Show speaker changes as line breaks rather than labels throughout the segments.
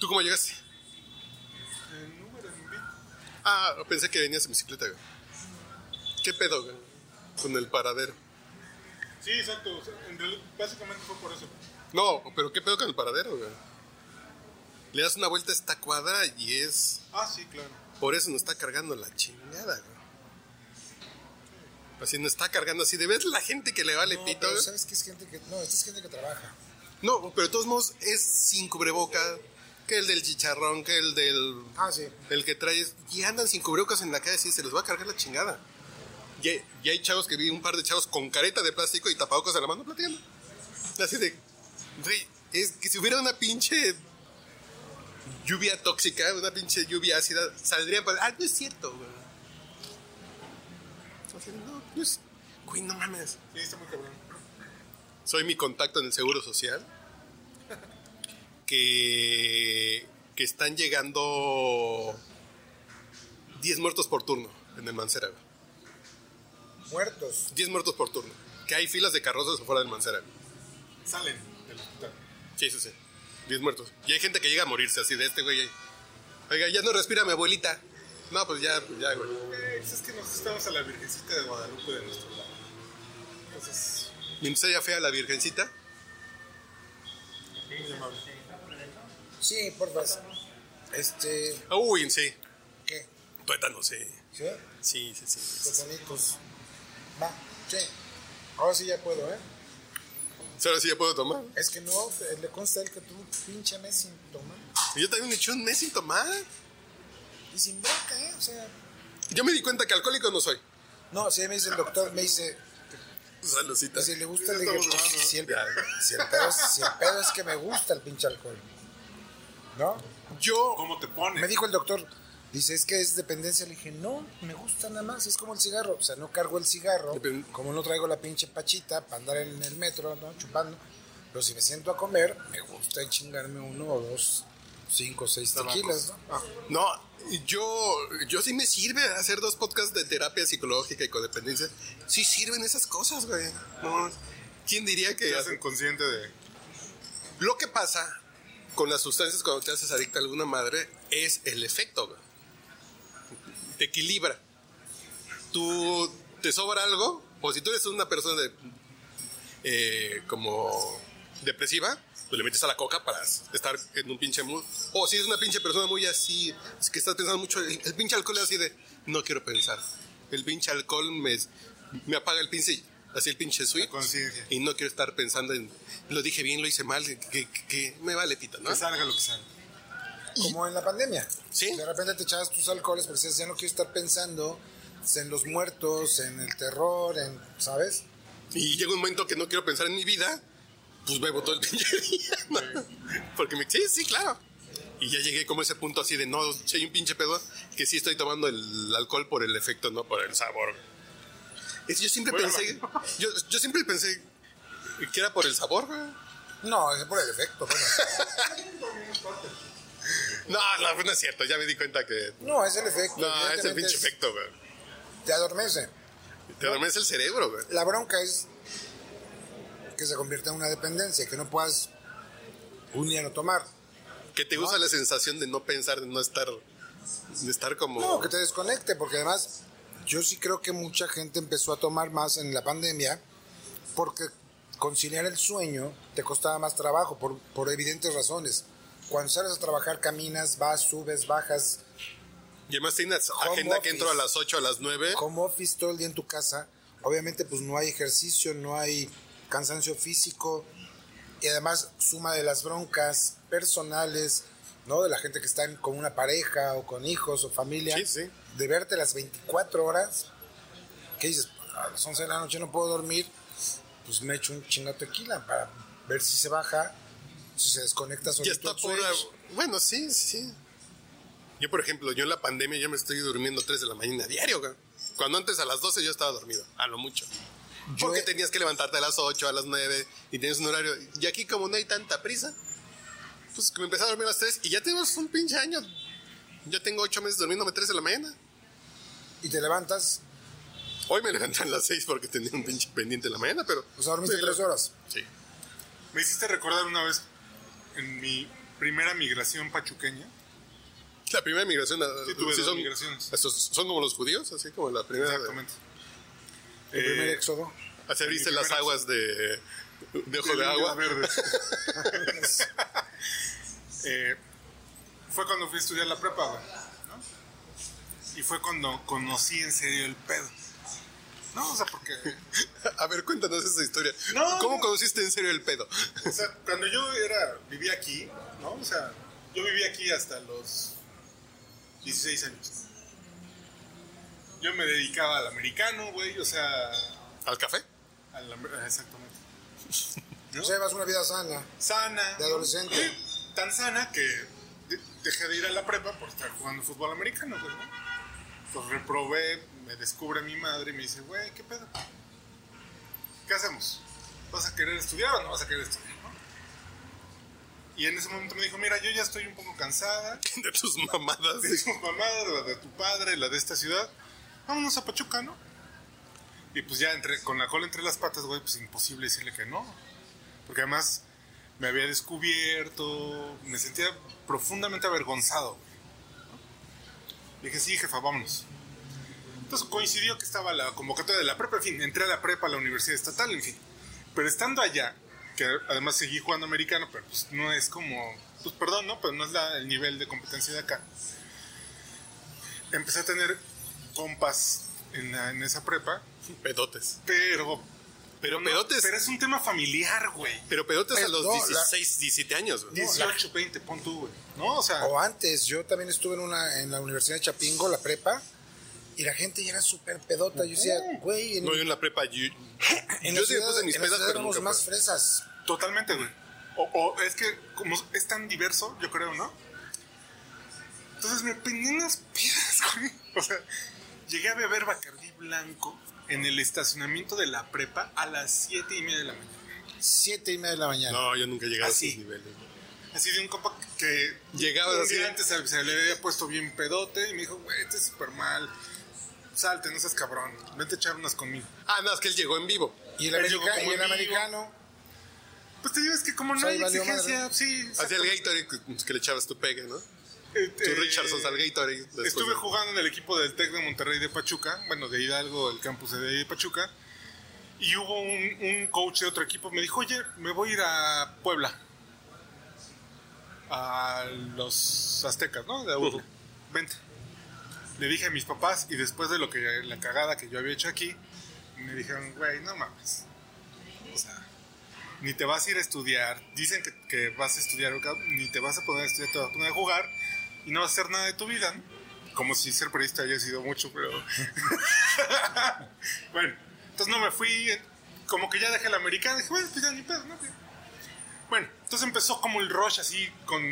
¿Tú cómo llegaste?
En Uber, en Bit.
Ah, pensé que venías en bicicleta, güey. ¿Qué pedo, güey? Con el paradero.
Sí, exacto. o sea, en realidad, básicamente fue por eso.
No, pero ¿qué pedo con el paradero, güey? Le das una vuelta a esta cuadra y es...
Ah, sí, claro.
Por eso nos está cargando la chingada, güey. Así nos está cargando así. ¿De ves la gente que le vale
No,
pito?
pero
güey?
sabes que es gente que. No, esta es gente que trabaja.
No, pero de todos modos es sin cubreboca. Que el del chicharrón, que el del
Ah, sí.
el que traes, y andan sin cubrebocas en la calle, sí, se los va a cargar la chingada. Y, hay- y hay chavos que vi, un par de chavos con careta de plástico y tapabocas en la mano platicando. Así de, güey, es que si hubiera una pinche lluvia tóxica, una pinche lluvia ácida, saldrían para... Ah, no es cierto, güey. O sea, no, no es... Güey, no mames
Sí, está muy cabrón.
soy mi contacto en el Seguro Social, que, que están llegando 10 muertos por turno en el Mancera. güey.
Muertos.
10 muertos por turno. Que hay filas de carrozas afuera del Mancera. güey.
Salen del hospital.
Sí, sí, sí. 10 muertos. Y hay gente que llega a morirse así de este güey. Oiga, ya no respira mi abuelita. No, pues ya, ya, güey.
Eh, pues es que nos estamos a la Virgencita de Guadalupe de nuestro lado. Entonces,
Mientras ella fea la virgencita.
muy amable.
Sí, porfa. Este.
Uy, sí.
¿Qué?
Tuétano, sí.
¿Sí?
Sí, sí, sí.
Los bonitos. Va, sí. Ahora sí ya puedo, ¿eh?
Ahora sí ya puedo tomar.
Es que no, le consta a él que tuvo un pinche mes sin tomar.
Yo también me eché un mes sin tomar.
Y sin boca, ¿eh? O sea.
Yo me di cuenta que alcohólico no soy.
No, si me dice el doctor, me dice, "Pues,
Saludcita.
si le gusta,
Ya
le digo,
estamos grabando, ¿eh?
si el, si el pedo es, si el pedo es que me gusta el pinche alcohol. ¿No?
Yo,
¿Cómo te pones?
Me dijo el doctor, dice, es que es dependencia. Le dije, no, me gusta nada más, es como el cigarro. O sea, no cargo el cigarro,
Depen-
como no traigo la pinche pachita para andar en el metro, ¿no? Chupando. Pero si me siento a comer, me gusta chingarme uno o dos, cinco o seis tequilas, ¿no?
Ah,
no, yo, yo sí me sirve hacer dos podcasts de terapia psicológica y codependencia. Sí sirven esas cosas, güey. No, ¿Quién diría que
Te hacen consciente de.
lo que pasa con las sustancias cuando te haces adicta a alguna madre es el efecto, güey. Te equilibra. Tú te sobra algo, o si tú eres una persona de, eh, como depresiva, pues le metes a la coca para estar en un pinche mood. O si eres una pinche persona muy así, es que estás pensando mucho, el, el pinche alcohol es así de, no quiero pensar. El pinche alcohol me, me apaga el pinche, así el pinche switch.
conciencia.
Y no quiero estar pensando en, lo dije bien, lo hice mal, que, que- que me vale pito, ¿no?
Que salga lo que salga.
Como en la pandemia.
Sí.
De repente te echabas tus alcoholes, pero decías, ya no quiero estar pensando en los muertos, en el terror, en, ¿sabes?
Y llega un momento que no quiero pensar en mi vida, pues bebo todo el pinche día, ¿no? Porque me... Sí, sí, claro. Y ya llegué como a ese punto así de, no, si hay un pinche pedo, que sí estoy tomando el alcohol por el efecto, no por el sabor. Es- yo siempre
Bueno,
pensé, yo, yo siempre pensé que era por el sabor, güey.
No, es por el efecto. pues". bueno.
No, no, no es cierto, ya me di cuenta que...
No, es el efecto.
No, es el
evidentemente
pinche
es-
efecto, güey.
Te adormece.
Te adormece el cerebro, güey.
La bronca es que se convierta en una dependencia, que no puedas un día no tomar.
Que te gusta la sensación de no pensar, de no estar, de estar como...
No, que te desconecte, porque además yo sí creo que mucha gente empezó a tomar más en la pandemia porque conciliar el sueño te costaba más trabajo por, por evidentes razones. Cuando sales a trabajar, caminas, vas, subes, bajas,
Y además tiene una
Home
agenda que
office.
entro a las 8, a las 9.
home office todo el día en tu casa. Obviamente, pues no hay ejercicio, no hay cansancio físico y además suma de las broncas personales, ¿no? De la gente que está en- con una pareja o con hijos o familia.
Sí, sí.
De verte las 24 horas, que dices, a las 11 de la noche no puedo dormir, pues me echo un chingo de tequila para ver si se baja, si se desconecta
Ya
solito
está
el
pura.
switch.
Bueno, sí, sí. Yo, por ejemplo, yo en la pandemia ya me estoy durmiendo 3 de la mañana diario, güey. Cuando antes a las 12 yo estaba dormido, a lo mucho.
Yo
Porque
he-
tenías que levantarte a las 8, a las 9 y tenías un horario. Y aquí, como no hay tanta prisa, pues que me empecé a dormir a las 3 y ya tenemos un pinche año. Ya tengo 8 meses durmiéndome 3 de la mañana.
Y te levantas,
Hoy me levanté a las 6 porque tenía un pinche pendiente en la mañana,
Pues
pero.
o sea, dormiste
pero-
3 horas.
Sí.
Me hiciste recordar una vez en mi primera migración pachuqueña.
La primera migración.
Sí, tuve
sí,
dos
son,
migraciones.
estos son como los judíos, así como la primera.
Exactamente.
El
Eh,
primer éxodo.
Así abriste
Mi
las
primera-
aguas de, de ojo
de
de
líneas
agua.
verdes. Eh, fue cuando fui a estudiar la prepa, güey, ¿no? Y fue cuando conocí en serio el pedo. No, o sea, porque.
A ver, cuéntanos esa historia.
No,
¿Cómo
no.
conociste en serio el pedo?
O sea, cuando yo era, vivía aquí, ¿no? O sea, yo viví aquí hasta los 16 años. Yo me dedicaba al americano, güey, o sea,
¿Al café?
al, am- exactamente.
O sea, llevas una vida sana.
Sana.
De adolescente.
Sí, Tan sana que de- dejé de ir a la prepa por estar jugando fútbol americano, güey. ¿no? Pues reprobé, me descubre mi madre y me dice, güey, ¿qué pedo? ¿Qué hacemos? ¿Vas a querer estudiar o no vas a querer estudiar? no?" Y en ese momento me dijo, mira, yo ya estoy un poco cansada
De tus mamadas.
de tus mamadas, la de tu padre, la de esta ciudad. Vámonos a Pachuca, ¿no? Y pues ya entre, con la cola entre las patas, güey, pues imposible decirle que no. Porque además me había descubierto, me sentía profundamente avergonzado. güey, ¿no? Dije, sí, jefa, vámonos. Entonces coincidió que estaba la convocatoria de la prepa, en fin, entré a la prepa, a la universidad estatal, en fin. Pero estando allá, que además seguí jugando americano, pero pues no es como, pues perdón, ¿no? Pero no es la- el nivel de competencia de acá empecé a tener compas en, la- en esa prepa,
Pedotes.
pero.
Pero
no,
pedotes.
Pero es un tema familiar, güey.
Pero pedotes a
Pero
los
no, la-
16, 17 años, güey.
18, 20, pon tú, güey. No, o
Oh.
sea.
O antes, yo también estuve en una en la Universidad de Chapingo, la prepa, y la gente ya era súper pedota. Yo decía, güey, en,
No, yo en la prepa. Yo, yo
en la
sí me
ciudad,
puse mis
en la
pedas,
ciudad
pero
éramos
nunca.
más
fue.
fresas.
Totalmente, güey. O, o es que como es tan diverso, yo creo, ¿no? Entonces me pegué unas piedras, güey. O sea, llegué a beber Bacardí blanco en el estacionamiento de la prepa a las 7 y media de la mañana.
Siete y media de la mañana.
No, yo nunca llegué
Ah,
a
Así.
esos niveles. güey.
Así de un compa que
Llegaba
un
así.
día antes se- se le había puesto bien pedote y me dijo, güey, este es súper mal. Salte, no seas cabrón. Vete a echar unas conmigo.
Ah, no, es que él llegó en vivo.
Y el,
Él llegó
america-
como
y el
en vivo.
americano,
Pues te digo, es que como no
Ahí
hay
valió
exigencia, sí. exacto.
Hacía el Gatorade que, que le echabas tu pegue, ¿no?
Eh,
Tú
eh,
Richardson al Gatorade. después
Estuve
de-
jugando en el equipo del Tec de Monterrey de Pachuca, bueno, de Hidalgo, el campus de ahí de Pachuca, y hubo un, un coach de otro equipo, me dijo, oye, me voy a ir a Puebla, a los aztecas, ¿no? De Aburto.
Ujú.
Vente. Le dije a mis papás y después de lo que la cagada que yo había hecho aquí, me dijeron, güey, no mames. O sea, ni te vas a ir a estudiar, dicen que, que vas a estudiar, ni te vas a poner a estudiar, te vas a poner a jugar y no vas a hacer nada de tu vida. ¿no? Como si ser periodista haya sido mucho, pero... bueno, entonces no me fui, eh, como que ya dejé el americano, dije, bueno, pues ya ni pedo, ¿no? Bueno, entonces empezó como el rush así con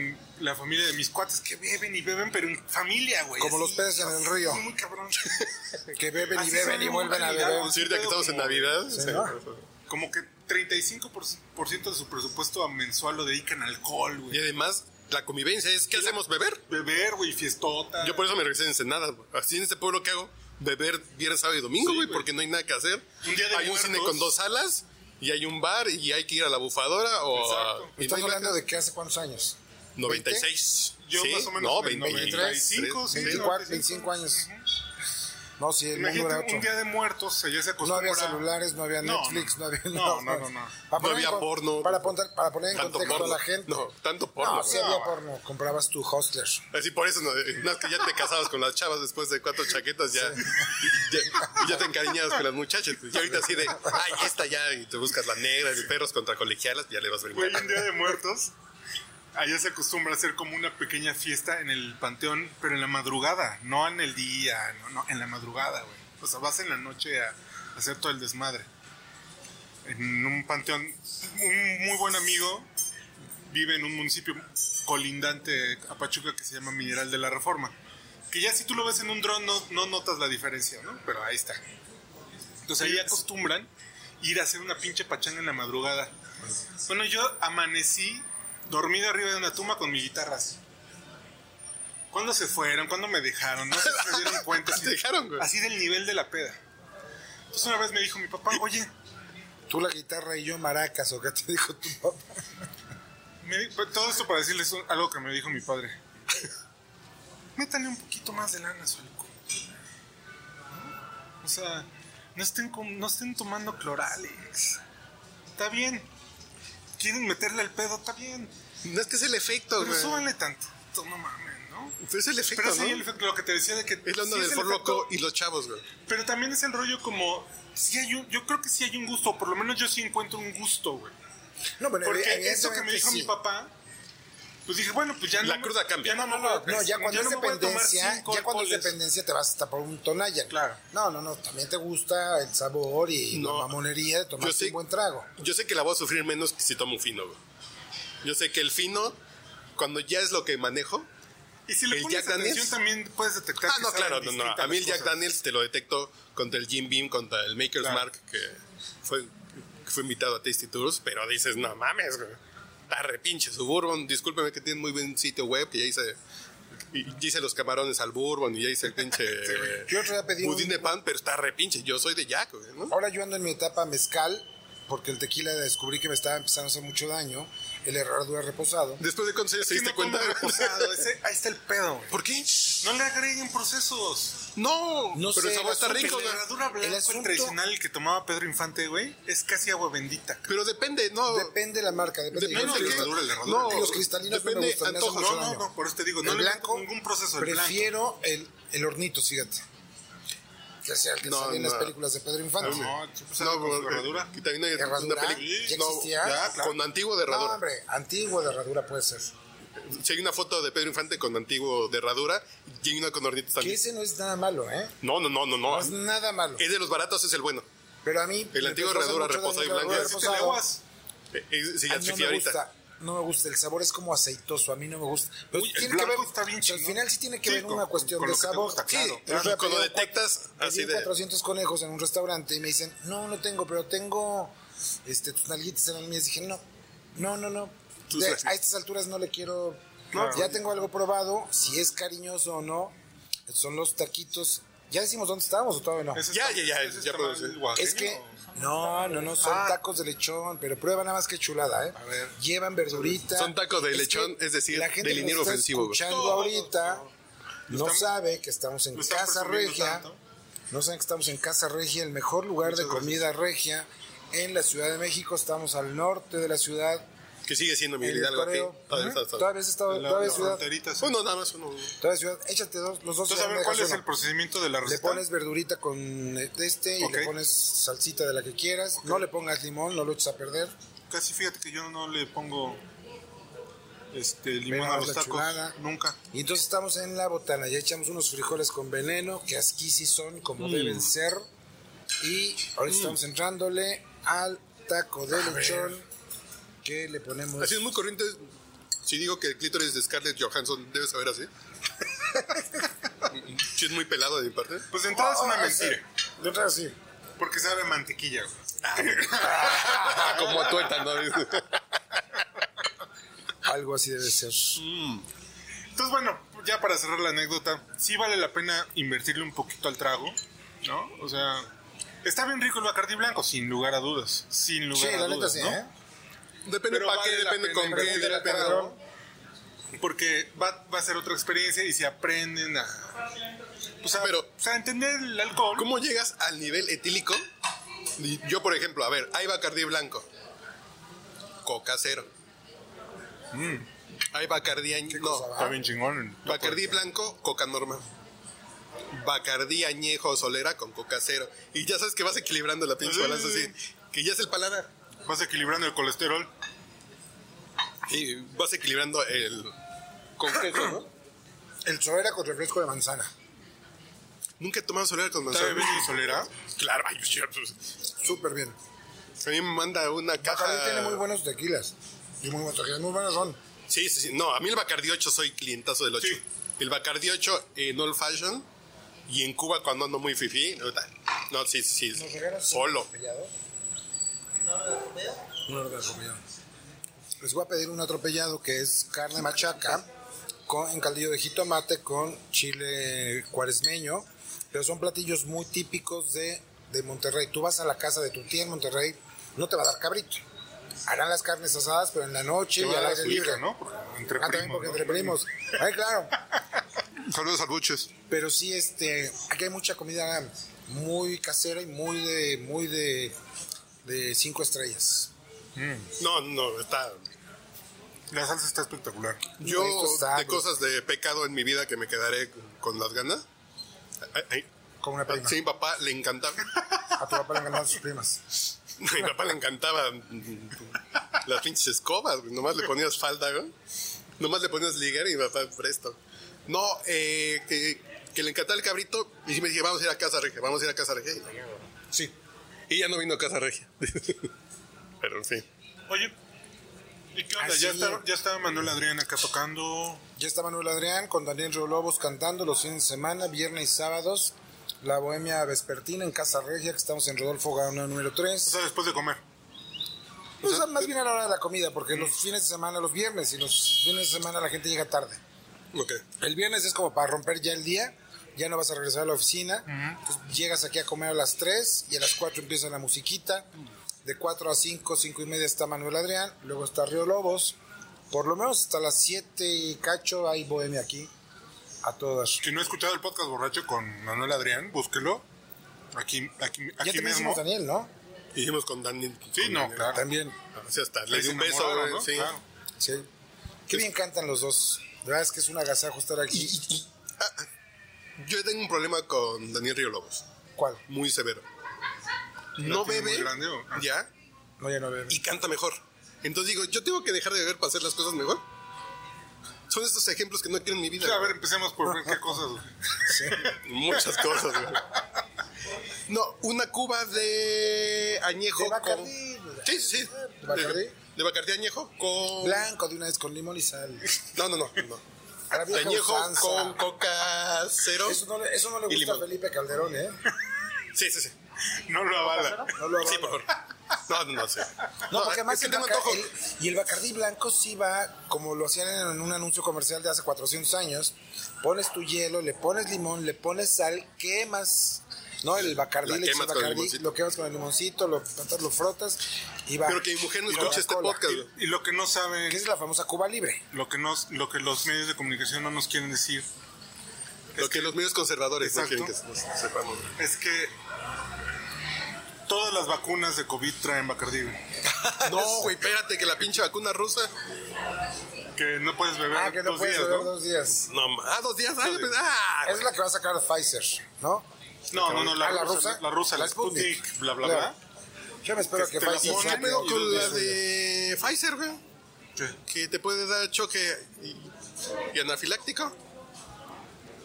la familia de mis cuates que beben y beben, pero en familia, güey.
Como
así,
los peces en el río.
Muy cabrón.
que beben y
Así
beben
son
y vuelven a
muy
beber.
ligados.
Sí, ahorita que estamos en Navidad.
Sí,
sí.
¿no?
como que 35% de su presupuesto mensual lo dedican al alcohol,
Y
güey.
además, la convivencia es: ¿qué hacemos? ¿Beber?
Beber, güey, fiestota.
Yo por eso me regresé en Ensenada. güey. Así en este pueblo que hago, beber viernes, sábado y domingo,
Sí,
güey,
güey.
porque no hay nada que hacer.
Un día de
hay
muertos.
un cine con dos salas y hay un bar y hay que ir a la bufadora o a-
Exacto.
y no hay
Estamos
nada
hablando de que hace cuántos años.
que- 96.
Yo
Sí,
más o menos
No,
en el 95,
23.
sí,
24,
95
25 años. No, sí, el mundo era
Imagínate
otro.
un día de muertos, allá se
pues,
No
acostumbra.
había celulares, no había
No,
Netflix, no, había...
No, no, no, no.
Para poner
había
en con-
porno.
Para poner, para poner en
Tanto
contexto
porno.
a la gente.
No, tanto porno.
No,
güey.
sí había porno. Comprabas tu hostler.
Así por eso, no, eh, no, es que ya te casabas con las chavas después de cuatro chaquetas, ya, ya, ya te encariñabas con las muchachas. pues, Y ahorita así de, ay, esta ya, y te buscas la negra, de perros contra colegialas, ya le vas a
Güey,
brincar.
un día de muertos, allá se acostumbra a hacer como una pequeña fiesta en el panteón, pero en la madrugada, no en el día, no, no, en la madrugada, güey. O sea, vas en la noche a, a hacer todo el desmadre. En un panteón, un muy buen amigo vive en un municipio colindante a Pachuca que se llama Mineral de la Reforma. Que ya si tú lo ves en un dron no, no notas la diferencia, ¿no? Pero ahí está. Entonces ahí acostumbran ir a hacer una pinche pachanga en la madrugada. Bueno, yo amanecí dormido arriba de una tumba con mi guitarra así. ¿Cuándo se fueron? ¿Cuándo me dejaron? No sé si se dieron cuenta. así-
Te dejaron, güey.
Así del nivel de la peda. Entonces una vez me dijo mi papá, oye,
Tú la guitarra y yo maracas, ¿o qué te dijo tu papá?
Me di- todo esto para decirles un- algo que me dijo mi padre. Métanle un poquito más de lana a su alcohol. ¿No? O sea, no estén, com- no estén tomando clorales. Está bien. Quieren meterle el pedo, está bien.
No es que es el efecto,
Pero
Pues, güey.
súbanle tantito, no mames, ¿no?
Pero es el efecto,
Pues Pero sí,
¿no?
el efecto, lo que te decía de que...
Es la onda
sí
del
el
Ford Loco
efecto,
y los chavos, güey.
Pero también es el rollo como... sí hay un- yo creo que sí hay un gusto, por lo menos yo sí encuentro un gusto, güey.
No, bueno,
Porque eso que me
evidentemente
dijo
sí.
mi papá, pues dije, bueno, pues ya no.
La
me-
cruda cambia.
Ya no, me voy a-
No, ya cuando
pues, no
es
me voy a tomar
dependencia,
cinco
ya cuando es
alcoholes.
dependencia te vas hasta por un tonalla.
Claro.
No, no, no, también te gusta el sabor y
No.
la mamonería de tomarte
Yo sí.
un buen trago.
Yo sé que la voy a sufrir menos que si tomo un fino, güey. Yo sé que el fino, cuando ya es lo que manejo.
Y si le
¿El
pones
Jack
atención
Daniels?
también puedes detectar.
Ah,
que
no,
saben
claro, no, no.
distintas
A mí el
las
Jack
cosas.
Daniels te lo detecto contra el Jim Beam, contra el Maker's
Claro.
Mark, que fue, que fue invitado a Tasty Tours, pero dices, no mames, güey. Está repinche su Bourbon. Discúlpeme que tiene muy buen sitio web, que ya hice, y- y hice los camarones al Bourbon y ya hice el pinche.
Yo otro día pedí un-
budín de pan, pero está repinche. Yo soy de Jack, güey, ¿no?
Ahora yo ando en mi etapa mezcal, porque el tequila descubrí que me estaba empezando a hacer mucho daño. El error dura reposado.
Después de cuántos años te
Sí,
diste
no
cuenta.
como reposado, ese- ahí está el pedo. güey.
¿Por qué?
No le agreguen procesos.
No,
No
pero
sé,
el sabor está
asunto
rico.
la
güey.
herradura blanca, el,
asunto-
tradicional el que tomaba Pedro Infante, güey, es casi agua bendita.
Pero depende, no.
Depende la marca, depende,
Depende
de los
de qué-
cristalinos.
la herradura.
Los cristalinos no
Depende
me gustan, me hacen
antojo.
mucho
No, no,
daño.
no, por eso te digo, no
el
le
blanco,
meto ningún proceso. El blanco.
prefiero el, el hornitos, fíjate. Que sea el que
No,
sale en
no.
las películas de Pedro Infante.
No, pues,
No,
con su
porque-
herradura.
y también hay
¿Herradura?
una película.
¿Ya existía?
ya,
Claro.
Con antiguo de
No,
herradura.
hombre, antigua de herradura puede ser.
Si hay una foto de Pedro Infante con antiguo de herradura y hay una con hornitos
Que
también.
ese no es nada malo, ¿eh?
No, no, no, no, no.
No es nada malo.
Es de los baratos, es el bueno.
Pero a mí.
El
me
antiguo
causa
herradura
mucho
reposada y
daño la
blanca. Sí,
Te
herradura
le
reposada.
aguas.
Eh, eh, sí,
A
ya
mí
te
no
fui
me
ahorita.
gusta. No me gusta, el sabor es como aceitoso, a mí no me gusta. Pero
Uy, el
tiene que
blanco
ver,
está bien
o sea, al
chingón.
final sí tiene que
Sí,
ver
con-
una cuestión
con lo
de
que te
sabor.
gusta,
Sí,
claro.
el otro día
Cuando
pedí un
detectas,
cuatro- pedí
así
un
de-
400 conejos en un restaurante y me dicen, no, no tengo, pero tengo este, tus nalguitas eran mías. Dije, no, no, no, no.
Tus
De-
nalguitas.
a estas alturas no le quiero.
Claro.
ya tengo algo probado, si es cariñoso o no. Son los taquitos. ¿Ya decimos dónde estábamos o todavía no?
Ese
Ya,
está-
ya, ya,
ese
ya
está
puedo
mal ¿eh?
decir.
guajeño.
Es que no, no, no, son
Ah.
tacos de lechón, pero prueba nada más que chulada, ¿eh?
A ver.
Llevan verdurita.
Son tacos de
que
lechón, es decir,
la gente
de
que
liniero
nos está
ofensivo, güey.
escuchando
No,
ahorita no
están-
sabe que estamos en
lo están
Casa
presumiendo
Regia.
tanto.
No saben que estamos en Casa Regia, el mejor lugar de comida regia en la Ciudad de México. Estamos al norte de la ciudad.
Que sigue siendo mi
en el
Hidalgo aquí.
Toreo.
Todavía
Ujú.
está- está-
Todavía Pues- está-
La-
todavía
la
ciudad.
fronterita, sí.
Uno nada más, uno.
Todavía ciudad. Échate dos, los dos.
Entonces,
ya
a
me
ver, ¿cuál
dejas
es el
uno.
procedimiento de la
Le
receta?
pones verdurita con eh, este y
Ok.
le pones salsita de la que quieras. No le pongas limón, no lo eches a perder.
Casi fíjate que yo no le pongo este limón
Pero
a
haz
los
la
tacos.
chulada.
Nunca.
Y entonces estamos en la botana, ya echamos unos frijoles con veneno, que aquí sí son
Mm.
como deben ser. Y ahora estamos entrándole al taco de lechón que le ponemos.
Así es muy corriente. Si digo que el clítoris de Scarlett Johansson debe saber así. Si es muy pelado de mi parte.
Pues de entrada es una
Ah,
mentira.
sí. De entrada sí.
Porque sabe a mantequilla, güey.
Ah,
Como atueta, ¿no?
Algo así debe ser.
Mm, Entonces, bueno, ya para cerrar la anécdota, sí vale la pena invertirle un poquito al trago, ¿no? O sea, está bien rico el Bacardi blanco, sin lugar a dudas. Sin lugar
Sí,
a
la neta
dudas,
sí,
¿no?
¿eh?
Depende
Pero
para
vale
qué,
la
depende
pena
con qué,
invertirle al
depende.
trago, Porque va, va a ser otra experiencia y se aprenden a, pues a,
Pero-
pues, a entender el alcohol.
¿Cómo llegas al nivel etílico? Y Yo, por ejemplo, a ver, hay Bacardí blanco. Coca cero. Hay Bacardí añejo.
Mm. cosa Ah,
No,
va?
Está bien chingón.
Bacardí blanco, Coca normal. Bacardí añejo solera con Coca cero. Y ya sabes que vas equilibrando la pinche balanza así. Que ya es el paladar.
Vas equilibrando el colesterol.
Y vas equilibrando el... Con queso, ¿no?
El solera con refresco de manzana.
Nunca he tomado solera con manzana.
¿Sabe bien el solera?
Claro, ay, pues,
Súper bien.
a mí me manda una caja.
Ah.
Bacardi tiene muy buenos tequilas. Y muy buenos tequilas, muy buenos son.
Sí, sí, sí. No, a mí el Bacardi 8 soy clientazo del 8.
Sí.
El Bacardi 8 en Old Fashion y en Cuba cuando ando muy fifí. No, tal. No, sí, sí, sí.
¿Nos regalas
Solo.
atropellado? Un orden atropellado. Les voy a pedir un atropellado que es carne machaca con, en caldillo de jitomate con chile cuaresmeño. Pero son platillos muy típicos de, de Monterrey. Tú vas a la casa de tu tía en Monterrey, no te va a dar cabrito. harán las carnes asadas, pero en la noche y
va a
al
dar
aire
su hija,
libre.
¿no? Porque Entre
Ah, también porque
primos, ¿no?
entre primos. Ay, claro.
Saludos al Buches.
Pero sí, este, aquí hay mucha comida muy casera y muy de, muy de, de cinco estrellas.
No, no, está.
La salsa está espectacular.
Yo,
Esto está,
de
bro.
cosas de pecado en mi vida que me quedaré con las ganas. Ay, ay,
Como una prima.
Sí, mi papá le encantaba.
A tu papá le han ganado sus primas.
A mi papá le encantaba mm, las pinches escobas, güey. Nomás le ponías falda, güey. Nomás le ponías liguer y mi papá presto. No, eh, que, que le encantaba el cabrito. Y sí me dije, vamos a ir a Casa Regia, vamos a ir a Casa Regia.
Sí.
Y ya no vino a Casa Regia. Pero en fin.
Oye, ¿y qué onda?
Ah,
Así
Ya está,
es.
ya está Manuel Adrián acá tocando.
Ya está Manuel Adrián con Daniel Rolobos cantando los fines de semana, viernes y sábados. La Bohemia Vespertina en Casa Regia, que estamos en Rodolfo Gaona número
O
3.
sea, después de comer.
Pues más
eh,
bien a la hora de la comida, porque
mm.
los fines de semana, los viernes y los fines de semana la gente llega tarde.
Ok.
El viernes es como para romper ya el día, ya no vas a regresar a la oficina, entonces llegas aquí a comer a las 3 y a las 4 empieza la musiquita, de 4 a 5, 5 y media está Manuel Adrián, luego está Río Lobos, por lo menos hasta las 7 y cacho hay bohemia aquí, a todas.
Si no he escuchado el podcast borracho con Manuel Adrián, búsquelo. Aquí, aquí,
Ya
aquí
también
mismo.
hicimos Daniel, ¿no?
Hicimos con Dani.
Sí,
con
no,
Dani.
claro.
También,
Así hasta. Le
Ahí
di
se
un beso,
enamoraron,
güey,
¿no?
sí.
Claro.
sí. Qué bien cantan los dos, la verdad es que es un agasajo estar aquí.
Yo tengo un problema con Daniel Río Lobos.
¿Cuál?
Muy severo. No
tiene
bebe.
muy grande o- ah.
Ya.
No, ya no veo.
y canta mejor. Entonces digo, yo tengo que dejar de beber para hacer las cosas mejor. Son estos ejemplos que no quiero en mi vida.
Sí, a
güey.
ver, empecemos por ver qué cosas. güey.
Muchas cosas. güey. No, una cuba de añejo
De
con.
Bacardí.
Sí, sí, sí.
¿De Bacardí?
De, de Bacardí añejo con.
Blanco de una vez con limón y sal.
No, no, no. no.
A la
De
vieja
añejo
usanza.
con coca cero.
Eso no, le, eso no le
Y
gusta a
limón.
Felipe Calderón, ¿eh?
Sí, sí, sí.
No lo avala.
No lo
Sí,
avala.
por favor. No, no, no, sí.
No, porque además
es que
el
tengo
Baca-
antojo.
el- y el Bacardí blanco sí va, como lo hacían en, un anuncio comercial de hace 400 años, pones tu hielo, le pones limón, le pones sal, quemas, ¿no? El Bacardí,
La
le echas
quemas con el
Bacardí,
limoncito.
lo quemas con el limoncito, lo, lo frotas y va.
Pero que mi mujer no
Y
escuche este
Coca-Cola,
podcast. güey.
Y, y lo que no sabe,
Que es la famosa Cuba Libre.
lo que, nos, lo que los medios de comunicación no nos quieren decir,
Lo que los medios conservadores no
Exacto.
quieren que nos sepamos. güey.
es que todas las vacunas de COVID traen Bacardí, güey.
Ah, No, güey, espérate, que la pinche vacuna rusa.
que no puedes beber
Ah, que no
dos
puedes
días,
beber
¿no?
dos días.
No, a dos días. Ah, yo pensé- ah,
Es la que va a sacar Pfizer, ¿no?
No, no, no, la,
Ah, la
rusa,
rusa.
La rusa, la
La Sputnik.
Sputnik, bla, bla,
Claro.
bla.
Yo me espero
Que
que,
te la
Pfizer
Pues,
ponen,
¿Qué
saque
pedo
y
con
dos
la
días,
de Pfizer, güey? Que te puede dar choque y, y anafiláctico.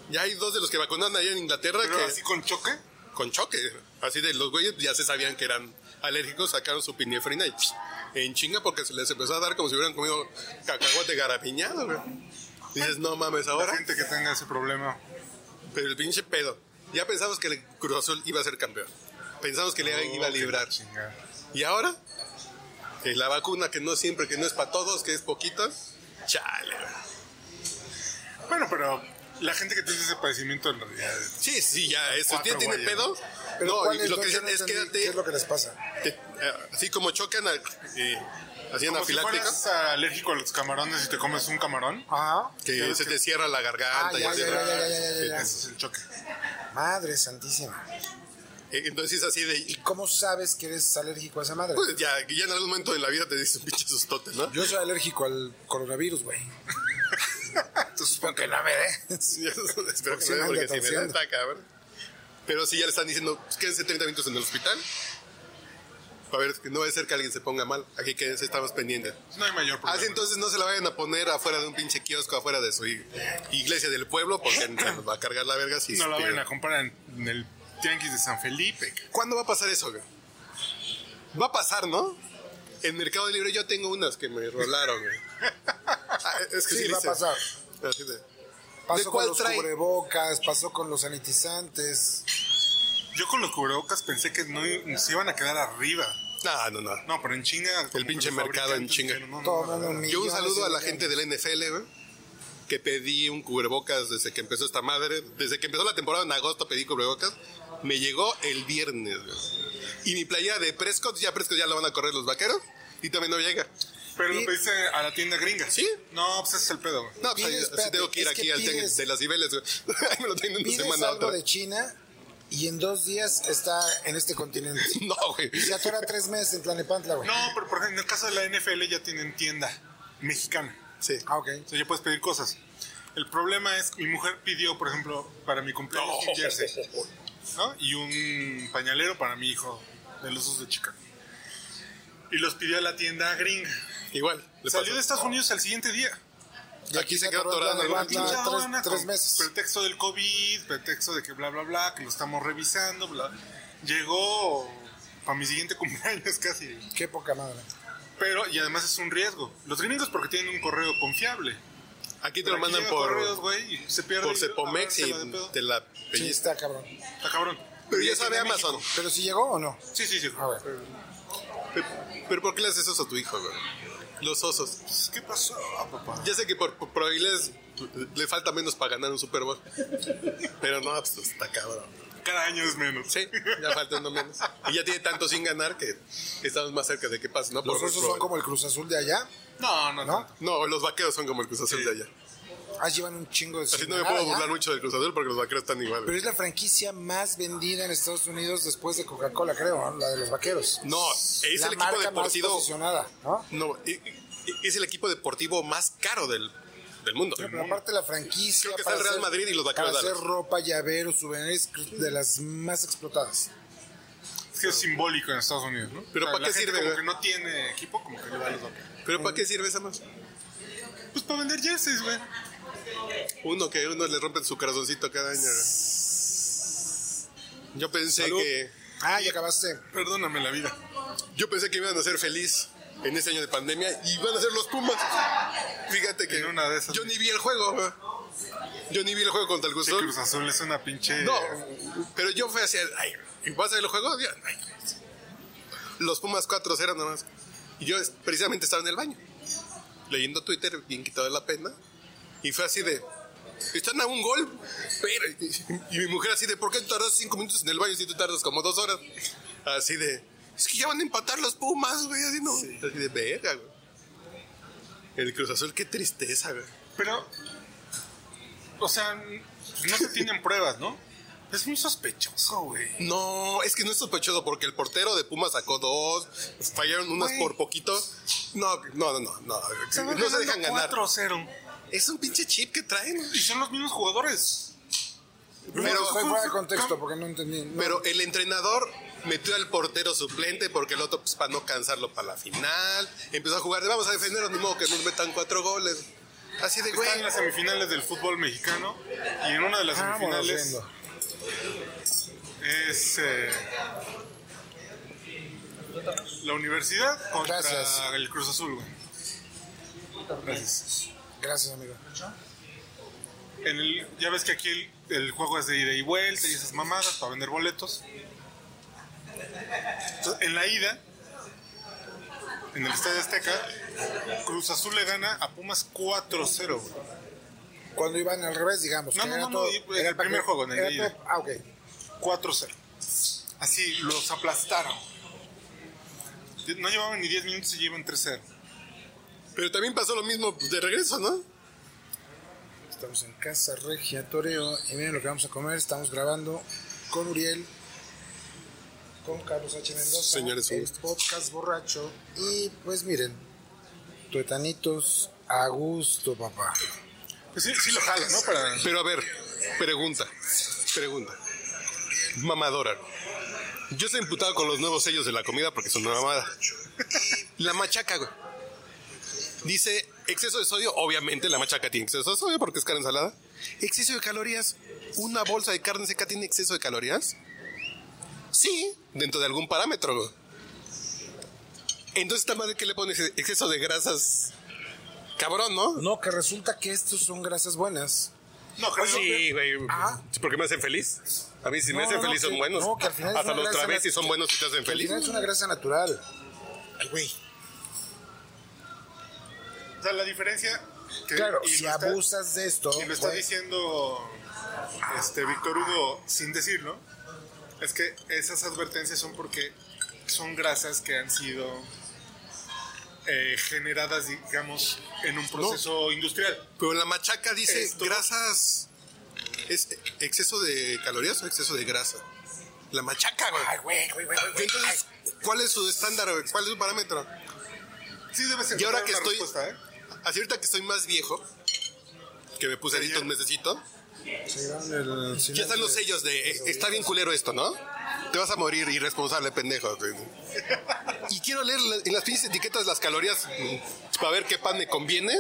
Ya hay dos de los que vacunaron allá en Inglaterra
Pero
que
así con choque,
con choque. Así de los güeyes ya se sabían que eran alérgicos, sacaron su pinefrina y pss, en chinga porque se les empezó a dar como si hubieran comido cacahuate garapiñado, güey. Dices, no mames,
la
ahora.
gente que tenga ese problema.
Pero el pinche pedo. Ya pensamos que el Cruz Azul iba a ser campeón. Pensamos que le iba a
Oh, qué
librar.
chingada.
Y ahora, que la vacuna que no siempre, que no es para todos, que es poquita, chale. güey.
Bueno, pero la gente que tiene ese padecimiento en realidad es-
Sí, sí, ya, eso.
Cuatro
¿Usted tiene
guayas.
pedo?
Pero
no,
¿cuál
y lo
Yo
que dicen
no
es
entendí ¿Qué
quédate,
es lo que les pasa?
te- eh, así como chocan, al- eh, así en
Como si
anafiláctica,
fueras alérgico a los camarones y te comes un camarón,
Ajá.
que se te cierra la garganta.
Ah,
y
ya,
así,
ya, ya, ya, ya, ya, ya.
ese es el choque.
Madre santísima.
Eh, Entonces es así de...
¿Y cómo sabes que eres alérgico a esa madre?
Pues ya, ya en algún momento de la vida te dicen pinche sustote, ¿no?
Yo soy alérgico al coronavirus, güey. Entonces, espero que no me dé.
Espero que
Torsión
no, porque
anda,
si me da
torsión.
está cabrón. Pero si ya le están diciendo, pues, quédense 30 minutos en el hospital. A ver, que no va a ser que alguien se ponga mal. Aquí quédense, estamos pendientes.
No hay mayor problema.
Así Ah, entonces no se la vayan a poner afuera de un pinche kiosco, afuera de su ig- iglesia del pueblo, porque nos va a cargar la verga si
no la
se-
vayan a comprar en, en el tianguis de San Felipe.
¿Cuándo va a pasar eso? güey? Va a pasar, ¿no? En Mercado Libre yo tengo unas que me rolaron. güey. Ah, es que
Sí, va a
dice-
pasar.
Así de- ¿De
Pasó
cuál
con los
trae?
cubrebocas, pasó con los sanitizantes.
Yo con los cubrebocas pensé que no i- se iban a quedar arriba.
No, no, no.
No, pero en chinga. como
pinche
que los
mercado en
fabricantes
chinga.
dijeron, no, no,
Todo
no, no, no.
mundo
Yo un saludo a la
millones
gente
de
del NFL, güey, que pedí un cubrebocas desde que empezó esta madre. Desde que empezó la temporada en agosto pedí cubrebocas. Me llegó el viernes, güey. Y mi playera de Prescott, ya Prescott ya la van a correr los vaqueros. y también no llega.
Pero lo pediste a la tienda gringa.
Sí.
No, pues ese es el pedo, güey.
No, pues ahí-
Pides,
sí tengo que ir aquí
espérate, es
al
que
tianguis
pides-
de las niveles. güey. Ahí me lo tienen de una
Pides
semana a
algo
otra.
de China y en dos días está en este continente.
No, güey.
Y se atora tres meses en Tlanepantla, güey.
No, pero por ejemplo, en el caso de la NFL ya tienen tienda mexicana.
Sí.
Ah, ok.
O sea, ya puedes pedir cosas. El problema es que mi mujer pidió, por ejemplo, para mi cumpleaños un jersey, ¿no? Y un pañalero para mi hijo de los usos de Chicago. Y los pidió a la tienda gringa.
Igual. le
Salió
pasó.
de Estados Unidos al siguiente día.
Aquí, se quedó
atoró en
atorado. en algún-
Tlanepantla
Pinche
tres-
aduana
tres
con
meses.
Pretexto del COVID, pretexto de que bla, bla, bla, que lo estamos revisando, bla. Llegó para mi siguiente cumpleaños casi.
Qué poca madre.
Pero, y además es un riesgo. Los gringos porque tienen un correo confiable.
Aquí te
Pero
lo
aquí
mandan
llega
por,
correos, güey, y se pierde.
por
y-
Cepomex
ah,
y
se la de pedo.
te la
Sí,
pellizca.
está cabrón.
Está cabrón.
Pero ya
Aquí
sabe
en México.
Amazon.
¿Pero si llegó o no?
Sí, sí, sí.
A ver.
Pe- ¿Pero por qué le haces eso a tu hijo, güey? Los osos.
¿Qué pasó, papá?
Ya sé que por, por probabilidades le falta menos para ganar un Super Bowl. Pero no, pues está cabrón.
Cada año es menos.
Sí, ya falta uno menos. Y ya tiene tanto sin ganar que estamos más cerca de que pase, ¿no?
Los
Por-
osos
por-
son como el Cruz Azul de allá.
No, no,
¿No?
no.
No, los vaqueros son como el Cruz Azul de allá.
Ah, llevan un chingo de
Así
sin
no me
ganar
puedo
allá.
burlar mucho del Cruz Azul porque los vaqueros están igual.
Pero
güey.
es la franquicia más vendida en Estados Unidos después de Coca-Cola, creo, ¿no? la de los vaqueros.
pues, No, es
la
el equipo
marca más
deportivo.
posicionada, ¿no?
No, e- e- es el equipo deportivo más caro del, del mundo.
Pero aparte la franquicia
Creo que está
para
el Real
hacer-
Madrid y los Vaqueros
Para
de
hacer
Dallas.
ropa, llaveros, souvenirs de las más explotadas.
Es que es simbólico en Estados Unidos, ¿no?
Pero
O sea,
¿para
la
qué
gente
sirve,
Como
güey?
que no tiene equipo, como que le va a los vaqueros.
¿Pero para qué sirve esa más?
Pues para vender jerseys, güey.
Uno que uno le rompen su corazoncito cada año. güey. Yo pensé
Salud.
que
Ah, y acabaste.
Perdóname la vida.
yo pensé que me iban a ser feliz en ese año de pandemia y van a ser los Pumas. Fíjate que
En una de esas.
yo ni vi el juego. güey. Yo ni vi el juego contra el
Sí,
Cruz Azul.
Cruz Azul es una pinche.
No, pero yo fui hacia el. Ay, ¿y ¿Vas a ver el juego? Yo, ay, los Pumas 4-0 nomás. Y yo es- precisamente estaba en el baño, leyendo Twitter, bien quitado de la pena. Y fue así de. Están a un gol, pero. Y mi mujer así de, ¿por qué tardas cinco minutos en el baño si tú tardas como dos horas? Así de. Es que ya van a empatar los Pumas, güey. Así no. Así de verga, güey. El Cruz Azul, qué tristeza, güey.
Pero. O sea, no se tienen pruebas, ¿no? Es muy sospechoso, güey.
No, es que no es sospechoso porque el portero de Pumas sacó dos, fallaron unas
Güey.
por poquito. No, no, no, no, no, no se dejan ganar.
4-0.
Es un pinche chip que traen.
Y son los mismos jugadores.
Pero estoy fuera de contexto
Cam-
porque no entendí. No.
Pero el entrenador metió al portero suplente porque el otro, pues, para no cansarlo para la final, empezó a jugar de vamos a defendernos, ni modo que nos metan cuatro goles. Así de güey.
Están en las semifinales del fútbol mexicano y en una de las
Vámonos
semifinales
viendo.
es eh, la universidad contra
Gracias.
el Cruz Azul, güey. Gracias.
Gracias, amigo.
En el- ya ves que aquí el, el juego es de ida y vuelta y esas mamadas para vender boletos. Entonces, en la ida, en el Estadio Azteca, Cruz Azul le gana a Pumas 4-0, güey.
Cuando iban al revés, digamos.
No,
que
no,
era
no, no,
todo-
y- pues, el
para
primer
que-
juego, en el
era
de ida.
todo- Ah, ok.
4-0. Así, los aplastaron. No llevaban ni 10 minutos y llevan 3-0.
Pero también pasó lo mismo pues, de regreso, ¿no?
Estamos en Casa Regia Toreo y miren lo que vamos a comer. Estamos grabando con Uriel, con Carlos H. Mendoza,
Señores, un
el
gusto.
podcast borracho. Y pues miren, tuetanitos a gusto, papá.
Pues sí, sí lo jalan, ¿no? Para...
Pero a ver, pregunta, pregunta. Mamadora. Yo estoy imputado con los nuevos sellos de la comida porque son una mamada. La machaca, güey. Dice exceso de sodio, obviamente la machaca tiene exceso de sodio porque es carne ensalada. Exceso de calorías. ¿Una bolsa de carne seca tiene exceso de calorías? Sí, dentro de algún parámetro. güey. Entonces, esta madre que le pones exceso de grasas. Cabrón, ¿no?
No, que resulta que estos son grasas buenas.
No, creo que-
Pues Sí, güey.
Ah.
Porque me hacen feliz. A mí si
No,
me hacen
no,
feliz
que-
son buenos.
no, que al final es
Hasta
una
los
grasa
travestis son buenos si te hacen
Al
feliz.
final es una grasa natural.
Ay, güey.
O sea, la diferencia... que-
Claro,
y
si
lo está-
abusas de esto,
Y lo está
güey,
diciendo este Víctor Hugo sin decirlo. Es que esas advertencias son porque son grasas que han sido eh, generadas, digamos, en un proceso industrial.
Pero la machaca dice
Esto-
grasas. ¿Es exceso de calorías o exceso de grasa? La machaca, güey. Entonces, ¿cuál es su estándar, güey? ¿Cuál es su parámetro?
Sí, debes
Y ahora
encontrar
que
una
estoy.
respuesta, ¿eh?
Así ahorita que estoy más viejo, que me puse ahorita un mesecito, ya están los sellos de. eh, Está bien culero esto, ¿no?
Te vas a morir irresponsable, pendejo. güey.
Y quiero leer la- en las pinches etiquetas las calorías mm, para ver qué pan me conviene.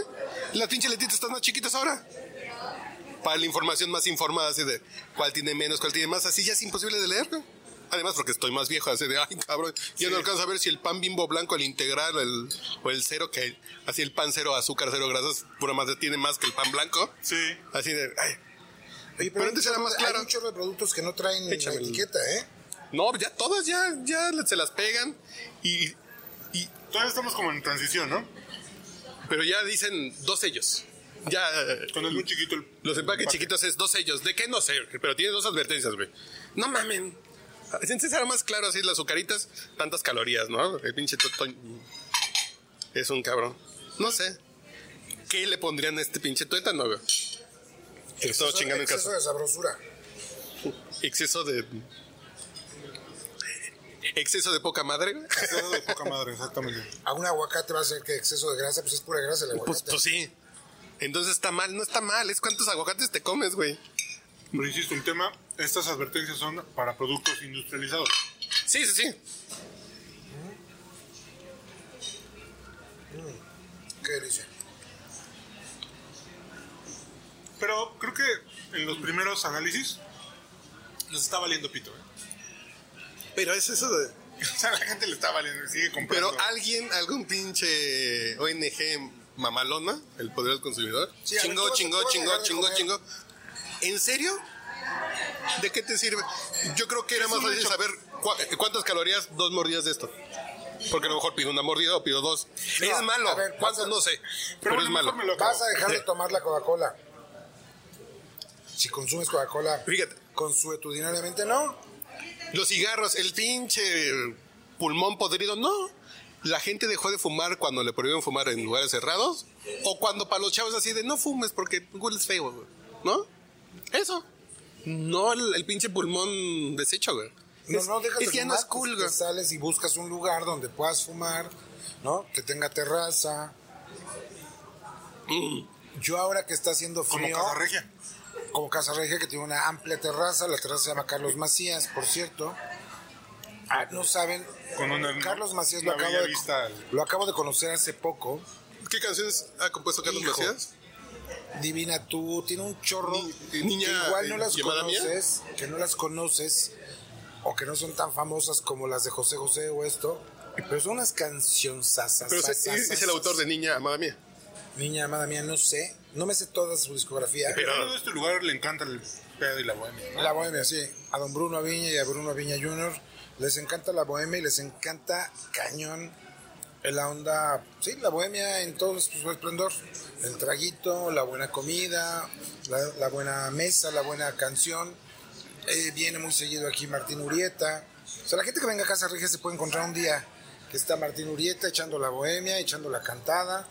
Las pinches letritas están más chiquitas ahora. Para la información más informada, así de cuál tiene menos, cuál tiene más, así ya es imposible de leer, güey. Además, porque estoy más viejo, así de, ay, cabrón, ya no alcanzo a ver si el pan bimbo blanco, el integral el, o el cero, que así el pan cero azúcar, cero grasas, pura madre, tiene más que el pan blanco.
Sí.
Así de, ay,
Oye,
Pero antes era más claro.
Hay muchos productos que no traen la
Échame el-
etiqueta, ¿eh?
no, pues ya todas ya, ya se las pegan y, y
Todavía estamos como en transición, ¿no?
pero ya dicen dos sellos. Ya eh,
Cuando es muy chiquito el...
Los empaques chiquitos es dos sellos. ¿De qué no sé? Pero tiene dos advertencias, güey. No mamen. Entonces era más claro así las azucaritas, tantas calorías, ¿no? El pinche Toto es un cabrón. No sé. ¿Qué le pondrían a este pinche tuétano, güey? Que estaba
Exceso-
chingando en
exceso
casa.
de sabrosura.
Exceso de... Exceso de poca madre, güey.
Todo de poca madre, exactamente.
A un aguacate va a ser que exceso de grasa, pues es pura grasa el
Pues,
aguacate.
pues sí. Entonces está mal, no está mal. Es cuántos aguacates te comes, güey.
Pero insisto, el tema, estas advertencias son para productos industrializados.
Sí, sí, sí.
Qué delicia.
pues,
Pero creo que en los primeros análisis nos está valiendo pito. ¿eh?
Pero es eso de...
O sea, la gente le está valiendo, sigue comprando.
Pero alguien, algún pinche ONG mamalona, el poder del consumidor,
Sí, a ver, ¿tú
chingó,
vas a- tú
chingó,
vas a
chingó,
dejar de
chingó,
comer?
chingó. ¿En serio? ¿De qué te sirve? Yo creo que era más fácil saber cua- cuántas calorías dos mordidas de esto. Porque a lo mejor pido una mordida o pido dos. es malo.
a ver,
¿Cuántas?
pasa-
No sé. Pero,
Pero
es
bueno,
malo.
mejor me lo acabo.
Vas a dejar de tomar la Coca-Cola. Si consumes Coca-Cola
Fíjate,
consuetudinariamente, no.
los cigarros, el pinche pulmón podrido, no. La gente dejó de fumar cuando le prohibieron fumar en lugares cerrados o cuando para los chavos así de no fumes porque hueles feo, güey", ¿no? Eso. No el, el pinche pulmón deshecho, güey.
No,
Es-
no dejas
es
de
que ya
fumar,
no es
pues,
cool,
te
güey.
sales y buscas un lugar donde puedas fumar, ¿no? Que tenga terraza.
Mm.
Yo ahora que está haciendo
Como
frío,
Casa Regia.
como Casa Regia que tiene una amplia terraza, la terraza se llama Carlos Macías, por cierto. Ah, no saben,
Con una-
Carlos Macías lo
una
acabo,
bella
de,
vista al-
lo acabo de conocer hace poco.
¿Qué canciones ha compuesto Carlos
Hijo.
Macías?
Divina tú, tiene un chorro
Ni- niña,
que igual no
eh,
las
llamada mía.
conoces, que no las conoces o que no son tan famosas como las de José José o esto, pero son unas cancionzas.
Pero es, es- es el autor de Niña, amada mía.
Niña amada mía, no sé, no me sé toda su discografía.
Pero-
A de este lugar le encanta el pedo y la bohemia. ¿no?
La bohemia, sí, a don Bruno Aviña y a Bruno Aviña Jr. les encanta la bohemia y les encanta cañón la onda, sí, la bohemia en todo su esplendor, el traguito, la buena comida, la, la buena mesa, la buena canción. Eh, viene muy seguido aquí Martín Urieta. O sea, la gente que venga a Casa Regia se puede encontrar un día que está Martín Urieta echando la bohemia, echando la cantada.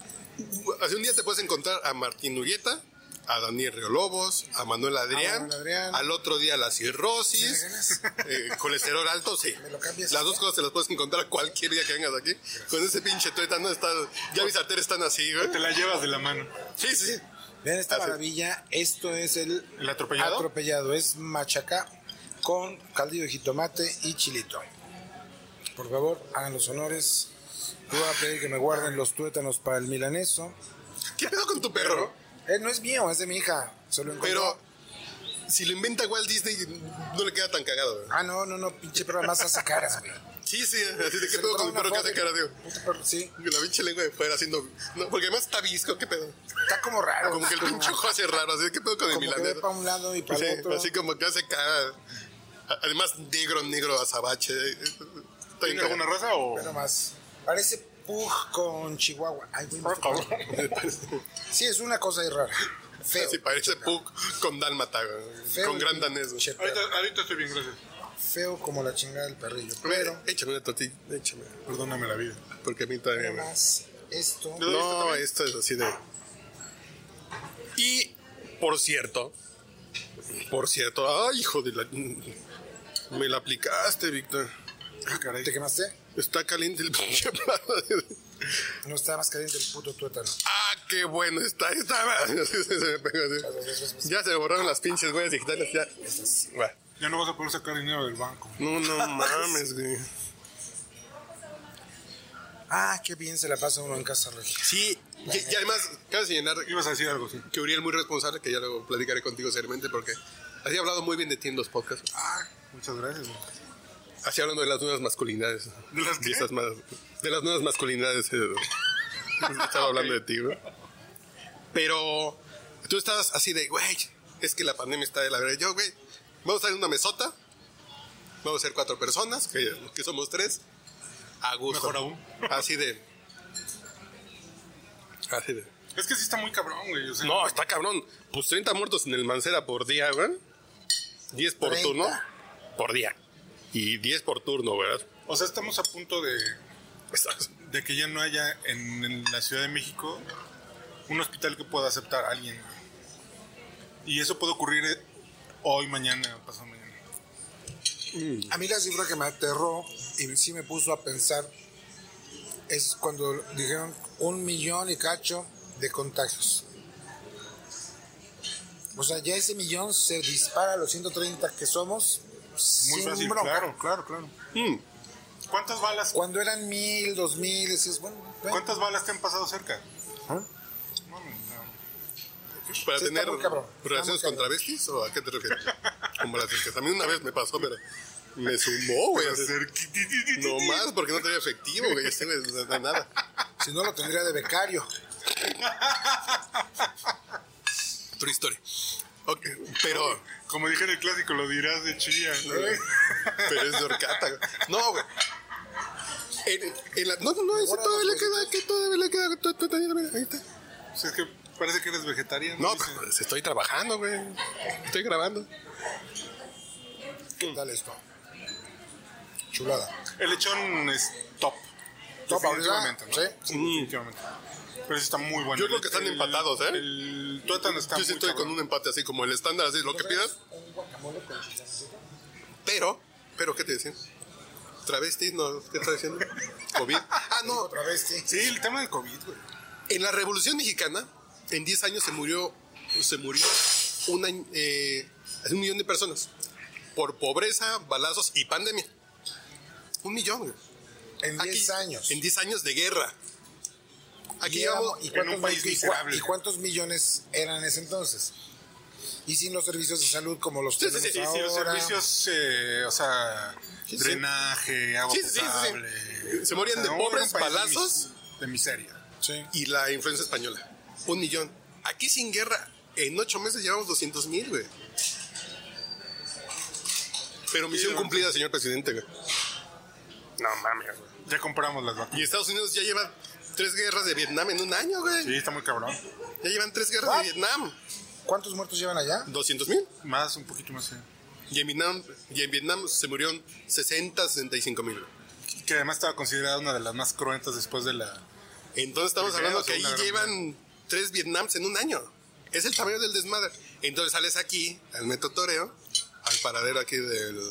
Hace un día te puedes encontrar a Martín Urieta, a Daniel Riolobos, a Manuel Adrián,
Manuel Adrián.
al otro día la cirrosis, eh, colesterol alto, sí.
¿Me lo cambias? ¿eh?
Las dos cosas te las puedes encontrar cualquier día que vengas aquí. Con ese pinche tuétano está, ya mis arterias están así, güey.
Te la llevas de la mano.
Sí, sí. sí.
Vean esta
Así.
maravilla, esto es el,
¿El atropellado?
atropellado, es machaca con caldillo de jitomate y chilito. Por favor, hagan los honores. Yo voy a pedir que me guarden los tuétanos para el milaneso.
¿Qué pedo con tu perro?
Eh, no es mío, es de mi hija. Se lo encontró.
Pero si lo inventa Walt Disney, no le queda tan cagado, güey.
Ah, no, no, no, pinche perro, además hace caras, güey.
Sí, sí. Así de, ¿Qué
Se lo
pedo con mi
encontró
perro que
una
hace
foto
cara,
y-
tío?
Puta perro, sí.
Con La pinche lengua de fuera haciendo. no, porque además está visco, ¿qué pedo?
Está como raro.
Como que el pinche ojo hace raro, así de, ¿qué pedo con el
Como que ve
milanero?
para un lado y para
Sí,
el otro.
así como que hace cara. A- Además, negro, negro, azabache. Está bien
¿Tiene alguna
cagado.
raza o...?
Pero más. Parece Pug con Chihuahua. Ay, güey, me estoy- Sí, es una cosa ahí rara. Feo.
Sí, parece Pug con dálmata, güey,
Feo
con
y
gran danés. güey.
che,
ahorita, ahorita estoy bien, gracias.
Feo como la chingada del perrillo.
Pero,
Pero,
échame una tortilla, échame,
Perdóname la vida.
porque a mí todavía
nada
me...
más. Esto.
doy esto
No,
también.
esto es así de. Y por cierto, por cierto, ay, hijo de la. Me la aplicaste, Víctor.
Ah, caray.
¿Te quemaste?
Está caliente el pinche plato.
No está más caliente el puto tuétano.
Ah, qué bueno está. está. Se me pegó así. Ya se me borraron las pinches huellas digitales. Ya. Bueno.
Ya no vas a poder sacar dinero del banco.
No, no mames, güey.
Ah, qué bien se la pasa uno en casa, Regia.
Sí, y, y además, cabe señalar
Ibas a decir algo, sí.
que Uriel muy responsable, que ya lo platicaré contigo seriamente, porque así ha hablado muy bien de ti en los podcasts.
Ah, muchas gracias. güey.
Así hablando de las nuevas masculinidades.
¿De las qué?
Y esas más- de las nuevas masculinidades. eh, Estaba hablando de ti, güey. Pero tú estabas así de, güey, es que la pandemia está de la verga. Yo, güey, vamos a estar en una mesota. Vamos a ser cuatro personas, que, que somos tres. A gusto.
Mejor aún.
Así de. Así de.
Es que sí está muy cabrón, güey. o sea,
No, está cabrón. Pues 30 muertos en el Mancera por día, güey. 10 por
30.
turno. Por día. Y 10 por turno, ¿verdad?
O sea, estamos a punto de,
Estás-
de que ya no haya en, en la Ciudad de México un hospital que pueda aceptar a alguien. güey. Y eso puede ocurrir eh, hoy, mañana, pasado mañana.
A mí la cifra que me aterró y sí me puso a pensar es cuando dijeron un millón y cacho de contagios. O sea, ya ese millón se dispara a los 130 que somos.
Muy
sin
fácil,
bronca.
claro, claro, claro.
Mm.
¿Cuántas balas,
Cuando eran mil, dos mil, decías, bueno, bueno,
cuántas balas te han pasado cerca?
¿Ah?
No, no, no.
¿Para
Sí, está
tener
muy cabrón.
relaciones
Está muy
con travestis o a qué te refieres? Como las que a mí una vez me pasó, pero me sumó, güey. No más, porque no tenía efectivo, güey. así, güey, de- de nada.
si no lo tendría de becario.
True story. Ok, pero,
Como dije en el clásico, lo dirás de chía.
pero es de horcata. güey. No, güey. En- en la- no, no, no, eso todavía le queda, que todavía le queda. to- to- todavía, mira, Ahí está.
O sea, Pues es que parece que eres vegetariano.
No,
dice.
pues estoy trabajando, güey. Estoy grabando.
Dale esto. Chulada.
El lechón es top.
Top
Definitivamente,
ahorita,
¿no? Sí, definitivamente. Pero sí está muy bueno.
Yo creo
El-
que están
el-
empatados, ¿eh?
El tuétano está
Yo sí
muy
estoy
cabrón.
con un empate, así como el estándar, así lo que pidas.
Un guacamole con chilacito.
Pero, pero ¿qué te decían? Travestis, no, ¿qué está diciendo? COVID. Ah, no,
Otra vez, sí.
Sí, el tema del COVID, güey.
en la Revolución Mexicana, en 10 años se murió, se murió una, eh, un millón de personas por pobreza, balazos y pandemia. Un millón. güey.
En
Aquí-
10 años.
En 10 años de guerra. Aquí
Y era-
llevamos-
¿y
en
cuántos,
un país
mi- y cua-
miserable.
y cuántos millones eran en ese entonces? Y sin los servicios de salud como los
Sí, sí,
tenemos
sí, sí,
Sí, los
ahora.
servicios, eh, o sea,
Sí, sí.
drenaje, agua
Sí, sí, sí, sí.
potable.
Se morían de
no, era un
pobres,
país de
balazos.
mis- De miseria.
Sí.
y la influenza española. Un millón. Aquí sin guerra, en ocho meses llevamos 200 mil, güey. Pero misión
güey.
cumplida, señor presidente, güey. No mames, güey.
Ya compramos las vacunas.
Y Estados Unidos ya lleva tres guerras de Vietnam en un año, güey.
Sí, está muy cabrón.
Ya llevan tres guerras
Ah.
de Vietnam.
¿Cuántos muertos llevan allá?
200 mil.
Más, un poquito más. eh. sí.
Y en Vietnam, y en Vietnam se murieron 60, 65 mil. güey.
Que además estaba considerada una de las más cruentas después de la...
Entonces estamos
Primero,
hablando que ahí
segunda guerra
llevan tres Vietnams en un año. Es el tamaño del desmadre. Entonces sales aquí, al Metro Toreo, al paradero aquí del,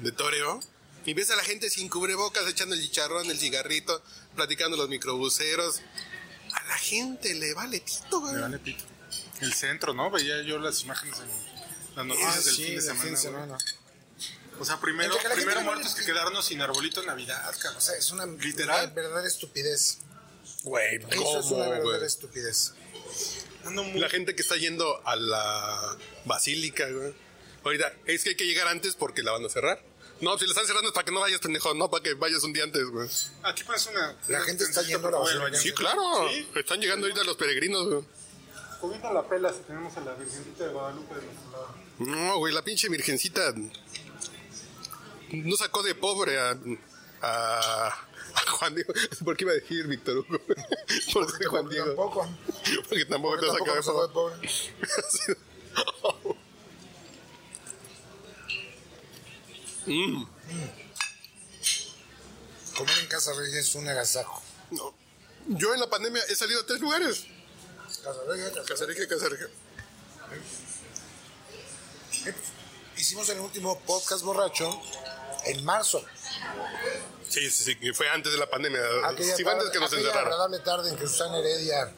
de Toreo, y ves a la gente sin cubrebocas, echando el chicharrón, el cigarrito, platicando los microbuseros. A la gente le vale pito, güey.
Me vale pito. El centro, ¿no? Veía yo las imágenes en las noticias
Ah,
del
sí,
fin de
del
semana.
fin de
güey.
semana.
O sea, primero,
Entre que la gente
primero
no
muertos
vale
que
pito.
quedarnos sin arbolito en Navidad,
O
cabrón.
sea, es una
¿Literal?
una verdadera estupidez.
Güey,
Eso es una
¿cómo,
verdadera
güey?
estupidez. Ah,
Ando muy-
La gente que está yendo a la basílica, güey. Ahorita, es que hay que llegar antes porque la van a cerrar. No, si la están cerrando es para que no vayas, pendejo. No, para que vayas un día antes, güey.
Aquí pasa una...
La
una
gente
trencita,
está yendo a la
pero voy al baño.
basura.
Sí, claro.
Sí.
Están llegando ahorita los peregrinos, güey.
Comiendo la pela si tenemos a la Virgencita de Guadalupe de nuestro lado.
No, güey, la pinche virgencita no sacó de pobre a, a, a Juan Diego. ¿Por qué iba a decir Víctor Hugo? ¿Por qué Juan Diego?
Tampoco.
Porque tampoco te
Tampoco
sacó de
nos sacó de
pobre.
pobre. Mm. Comer en casa Reyes es un agasajo.
No. Yo en la pandemia he salido a tres lugares.
Casareje,
Casareje,
Casareje.
Casareje.
Hicimos el último podcast borracho en marzo.
Sí, sí, sí, que fue antes de la pandemia. sí, fue
tarde-
antes que nos
aquella
encerraron.
agradable tarde en que Susana Heredia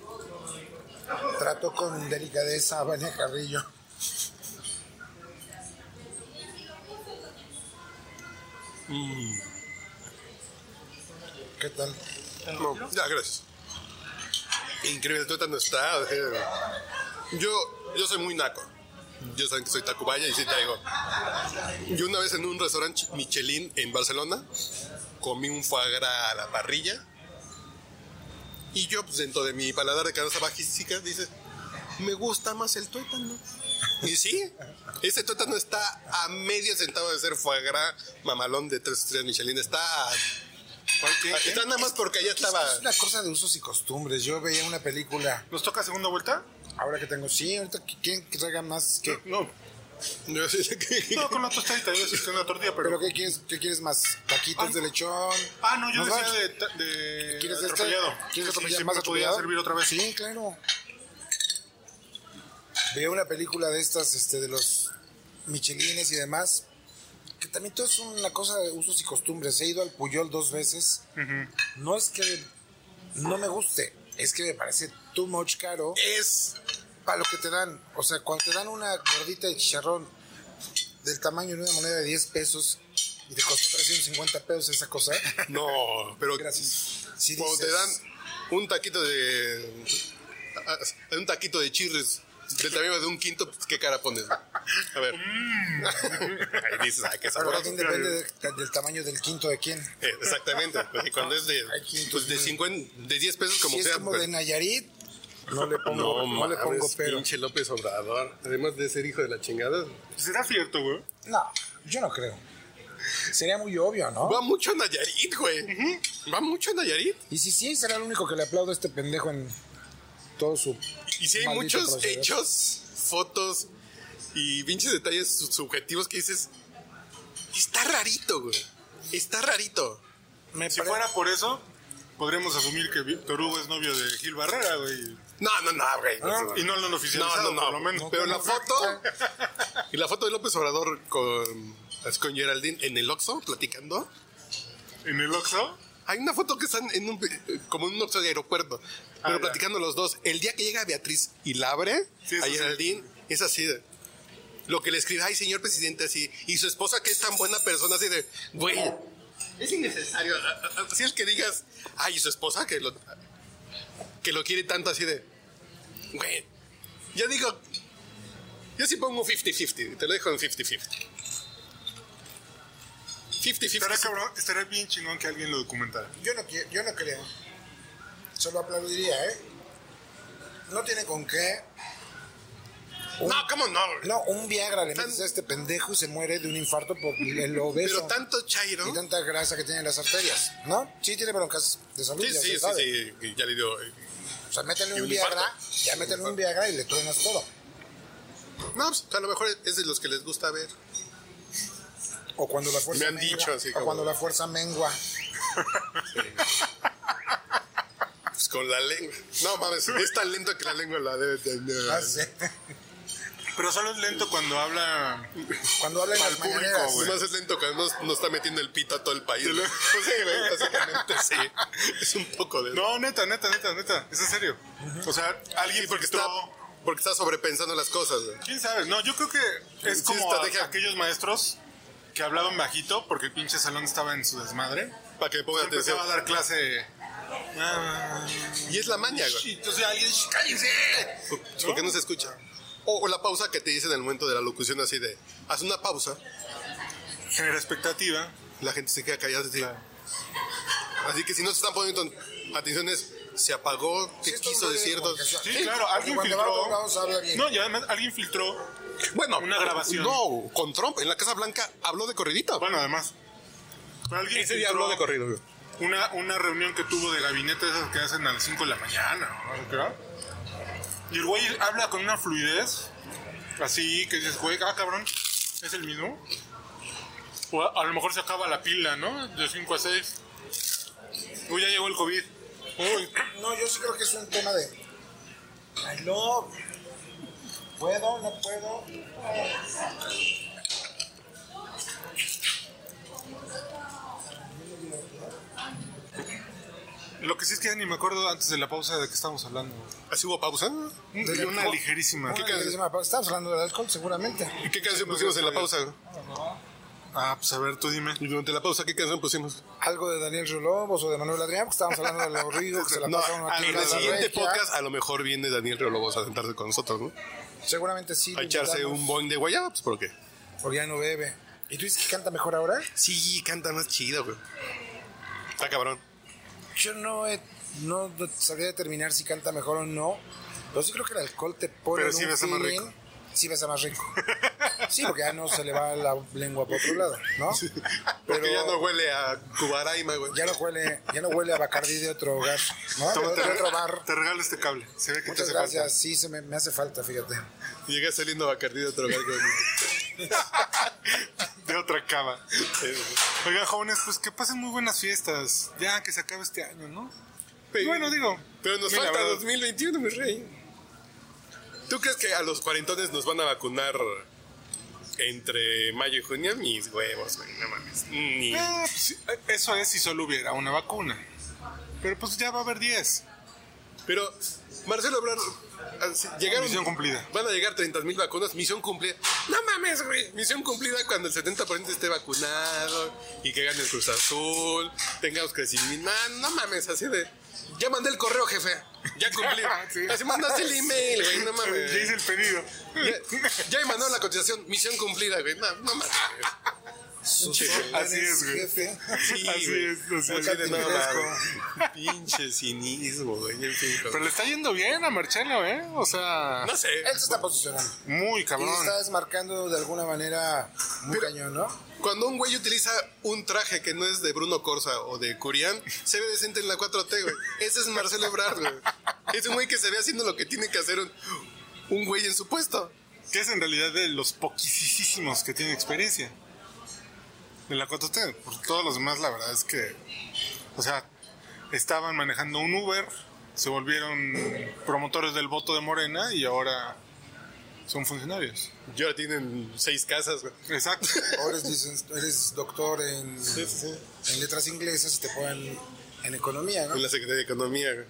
trató con delicadeza a Vania Carrillo. ¿Qué tal?
No, ya, gracias. Increíble, el tuétano está. o sea, Yo, yo soy muy naco. Yo saben que soy tacubaya y sí traigo. Yo una vez en un restaurante Michelin en Barcelona comí un foie gras a la parrilla. Y yo, pues dentro de mi paladar de canasta bajística, dice, me gusta más el tuétano. Y sí, ese tuétano está a medio centavo de ser foie gras mamalón de tres estrellas Michelin. Está,
¿Cuál qué? ¿Qué?
está nada más porque allá estaba...
Es una cosa de usos y costumbres. Yo veía una película,
¿Nos toca segunda vuelta?
ahora que tengo, sí, ahorita quieren que traiga más que...
No.
Yo sí sé que-
No, con la tostadita, yo sí con la tortilla, pero.
¿Pero qué quieres, qué quieres más? ¿Taquitos
Ah,
de lechón?
Ah, no, yo
Nos
decía
vamos.
de, ta- de
¿Quieres este?
atropellado.
¿Quieres
Que si
atropellado?
se
¿Más
me podía
atropellado?
servir otra vez.
Sí, claro. Veía una película de estas, este, de los Michelines y demás, que también todo es una cosa de usos y costumbres. He ido al Puyol dos veces. No es que no me guste, es que me parece too much caro
Es.
para lo que te dan. O sea, cuando te dan una gordita de chicharrón del tamaño de una moneda de 10 pesos y te costó 350 pesos esa cosa,
No, pero.
gracias. Si
Cuando te
dices-
dan un taquito de. a- a- Un taquito de chirres del tamaño de un quinto, pues, ¿qué cara pones? A ver. Ahí dices, ay, qué
Pero
sabroso.
también depende de- del tamaño del quinto de quién.
Eh, Exactamente. porque cuando es de.
Hay quintos,
Pues de,
güey.
50, de 10 pesos, como
si es
sea.
como
pues.
de Nayarit, no le pongo, no, le
mames,
pongo pero.
pinche López Obrador. Además de ser hijo de la chingada.
¿Será cierto, güey?
No, yo no creo. Sería muy obvio, ¿no?
Va mucho a Nayarit, güey. Va mucho a Nayarit.
Y si sí, será el único que le aplaudo a este pendejo en todo su.
Y si hay
maldito
muchos
proceder.
hechos, fotos y pinches detalles sub- subjetivos que dices, está rarito, güey. Está rarito.
Me
Si
pare-
fuera por eso, podríamos asumir que Víctor Hugo es novio de Gil Barrera, güey.
No, no, no, güey.
Y no lo han
No, no,
oficializado,
no.
Ah, por lo menos.
Pero la foto, y la foto de López Obrador con, con Geraldine en el Oxxo platicando.
En el Oxxo,
Hay una foto que están en un, como en un Oxxo de aeropuerto, pero
Ah, ya.
platicando los dos. El día que llega Beatriz y la abre,
Sí, eso
a
sí.
Geraldine, es así de... Lo que le escribe, ay, señor presidente, así. Y su esposa, que es tan buena persona, así de, güey, es innecesario. a- a- Así el que digas, ay, y su esposa, que lo, que lo quiere tanto, así de, güey. Yo digo, yo sí pongo 50-50, te lo dejo en 50-50. 50-50.
estará, cabrón, estará bien chingón que alguien lo documentara.
Yo, no, qui- yo no creo. Se lo aplaudiría, ¿eh? No tiene con qué.
No, ¿cómo no? güey?
No, un Viagra le metes a este pendejo y se muere de un infarto por el obeso.
Pero tanto chairo.
y tanta grasa que tienen las arterias, ¿no? Sí tiene broncas de salud,
Sí,
ya
sí,
se
sí,
sabe.
sí, que ya le dio. eh.
O sea,
Y
métele un
un
Viagra,
infarto.
ya métele un Viagra y le truenas todo.
No, pues, a lo mejor es de los que les gusta ver.
O cuando la fuerza
Me han
mengua,
dicho así
o
como-
cuando la fuerza mengua.
Pues con la lengua. Ah, No mames, es tan lento que la lengua la debe tener.
hace-
Pero solo es lento cuando habla.
cuando hablan
Para
las
el público,
mañaneras.
güey.
Más es lento cuando nos, nos está metiendo el pito a todo el país. güey. Pues sí, güey, básicamente sí. Es un poco de.
No, neta, neta, neta, neta. Es en serio. O sea, alguien
Sí, porque está,
filtró-
porque está sobrepensando las cosas. güey.
¿Quién sabe? No, yo creo que es
Sí,
como
estrategia.
a- aquellos maestros que hablaban bajito porque el pinche salón estaba en su desmadre.
Para que le pongan atención.
Empezaba a dar clase. Ah,
Y es la maña, güey.
y entonces alguien, "Shh, cállense.
Porque no se escucha. O, o la pausa que te dicen en el momento de la locución, así de. Haz una pausa.
Genera expectativa.
La gente se queda callada. Así, así que si no se están poniendo atención es, se apagó, qué
Sí, es todo
quiso
un rollo de
decir. Dos-
comunicación.
Sí, claro,
porque
alguien
cuando va a
filtró.
todos lados habla bien.
No, y además alguien filtró.
Bueno,
Una grabación.
No, con Trump en la Casa Blanca habló de corridita.
Bueno, además. Pero alguien filtró
corrido. güey.
una, una reunión que tuvo de gabinete esas que hacen a las 5 de la mañana, ¿no? ¿Se creo? Y el güey habla con una fluidez, así que dices, güey, ah, cabrón, es el mismo. O a, a lo mejor se acaba la pila, ¿no? De 5 a 6. Uy, ya llegó el COVID.
Uy,
No, yo sí creo que es un tema de. I love. ¿Puedo? ¿No puedo?
Lo que sí es que ya ni me acuerdo antes de la pausa de que estábamos hablando. Mm,
¿Así hubo pausa?
Y una ligerísima.
Una ligerísima pausa. Estabas hablando del alcohol, seguramente.
¿Y qué canción pusimos en la pausa?
Ah, pues a ver, tú dime.
Y durante la pausa, ¿qué canción pusimos?
Algo de Daniel Rolobos o de Manuel Adrián, porque estábamos hablando del aburrido que se la
No,
pasa uno aquí.
en
la
el siguiente
regia.
podcast a lo mejor viene Daniel Reolobos a sentarse con nosotros, ¿no?
Seguramente sí.
A echarse
invitamos,
un boing de guayaba, pues ¿por qué?
Porque ya no bebe. ¿Y tú dices que canta mejor ahora?
Sí, canta más chido, güey. Está cabrón.
Yo no, he- no sabría determinar si canta mejor o no. Pero sí creo que el alcohol te pone.
Pero
en
sí
un
besa más
feeling-
rico.
Sí besa más rico. Sí, porque ya no se le va la lengua por otro lado, ¿no?
Porque
Pero-
ya no huele a Cubaraima, güey.
Ya no huele, ya no huele a Bacardí de otro hogar, ¿no? De,
Toma,
de otro bar.
Te regalo este cable. Se ve que te
Muchas
hace
gracias,
falta.
sí, se me, me hace falta, fíjate.
Llega saliendo Bacardi de otro lugar.
De otra cava. Oigan, jóvenes, pues que pasen muy buenas fiestas. Ya que se acabe este año, ¿no? Y bueno, digo.
Pero nos
mira,
falta
la verdad,
2021, mi rey. ¿Tú crees que a los cuarentones nos van a vacunar entre mayo y junio? Mis huevos, güey, no mames. Ni-
eh, pues, sí, eh, eso es si solo hubiera una vacuna. Pero pues ya va a haber 10.
Pero, Marcelo Obrar, llegaron.
Misión cumplida.
Van a llegar 30.000 mil vacunas, misión cumplida. No mames, güey. Misión cumplida cuando el 70% esté vacunado y que gane el Cruz Azul, tengamos crecimiento. No, no mames, así de. Ya mandé el correo, jefe. Ya cumplí.
Sí.
Así mandaste el email, güey. No mames.
Ya hice el pedido.
Ya, ya me mandaron la cotización. Misión cumplida, güey. No, no mames.
Sus
Che,
órdenes,
así es, güey.
jefe.
Sí,
Así
güey.
es, así es.
de no mames. Pinche cinismo, güey. En fin,
Pero le está yendo bien a Marcelo, ¿eh? O sea,
no sé.
Él se está posicionando.
muy
Y
cabrón.
está desmarcando de alguna manera muy cañón, ¿no?
Cuando un güey utiliza un traje que no es de Bruno Corsa o de Curian, se ve decente en la 4T, güey. Ese es Marcelo Ebrard, güey. Es un güey que se ve haciendo lo que tiene que hacer un, un güey en su puesto.
Que es en realidad de los poquisísimos que tienen experiencia. De la 4T. Por todos los demás, la verdad es que. O sea, estaban manejando un Uber, se volvieron promotores del voto de Morena y ahora son funcionarios.
Y ahora tienen seis casas, güey.
Exacto.
Ahora eres, licen- eres doctor en, en letras inglesas y te ponen en economía, ¿no?
En la Secretaría de Economía, güey.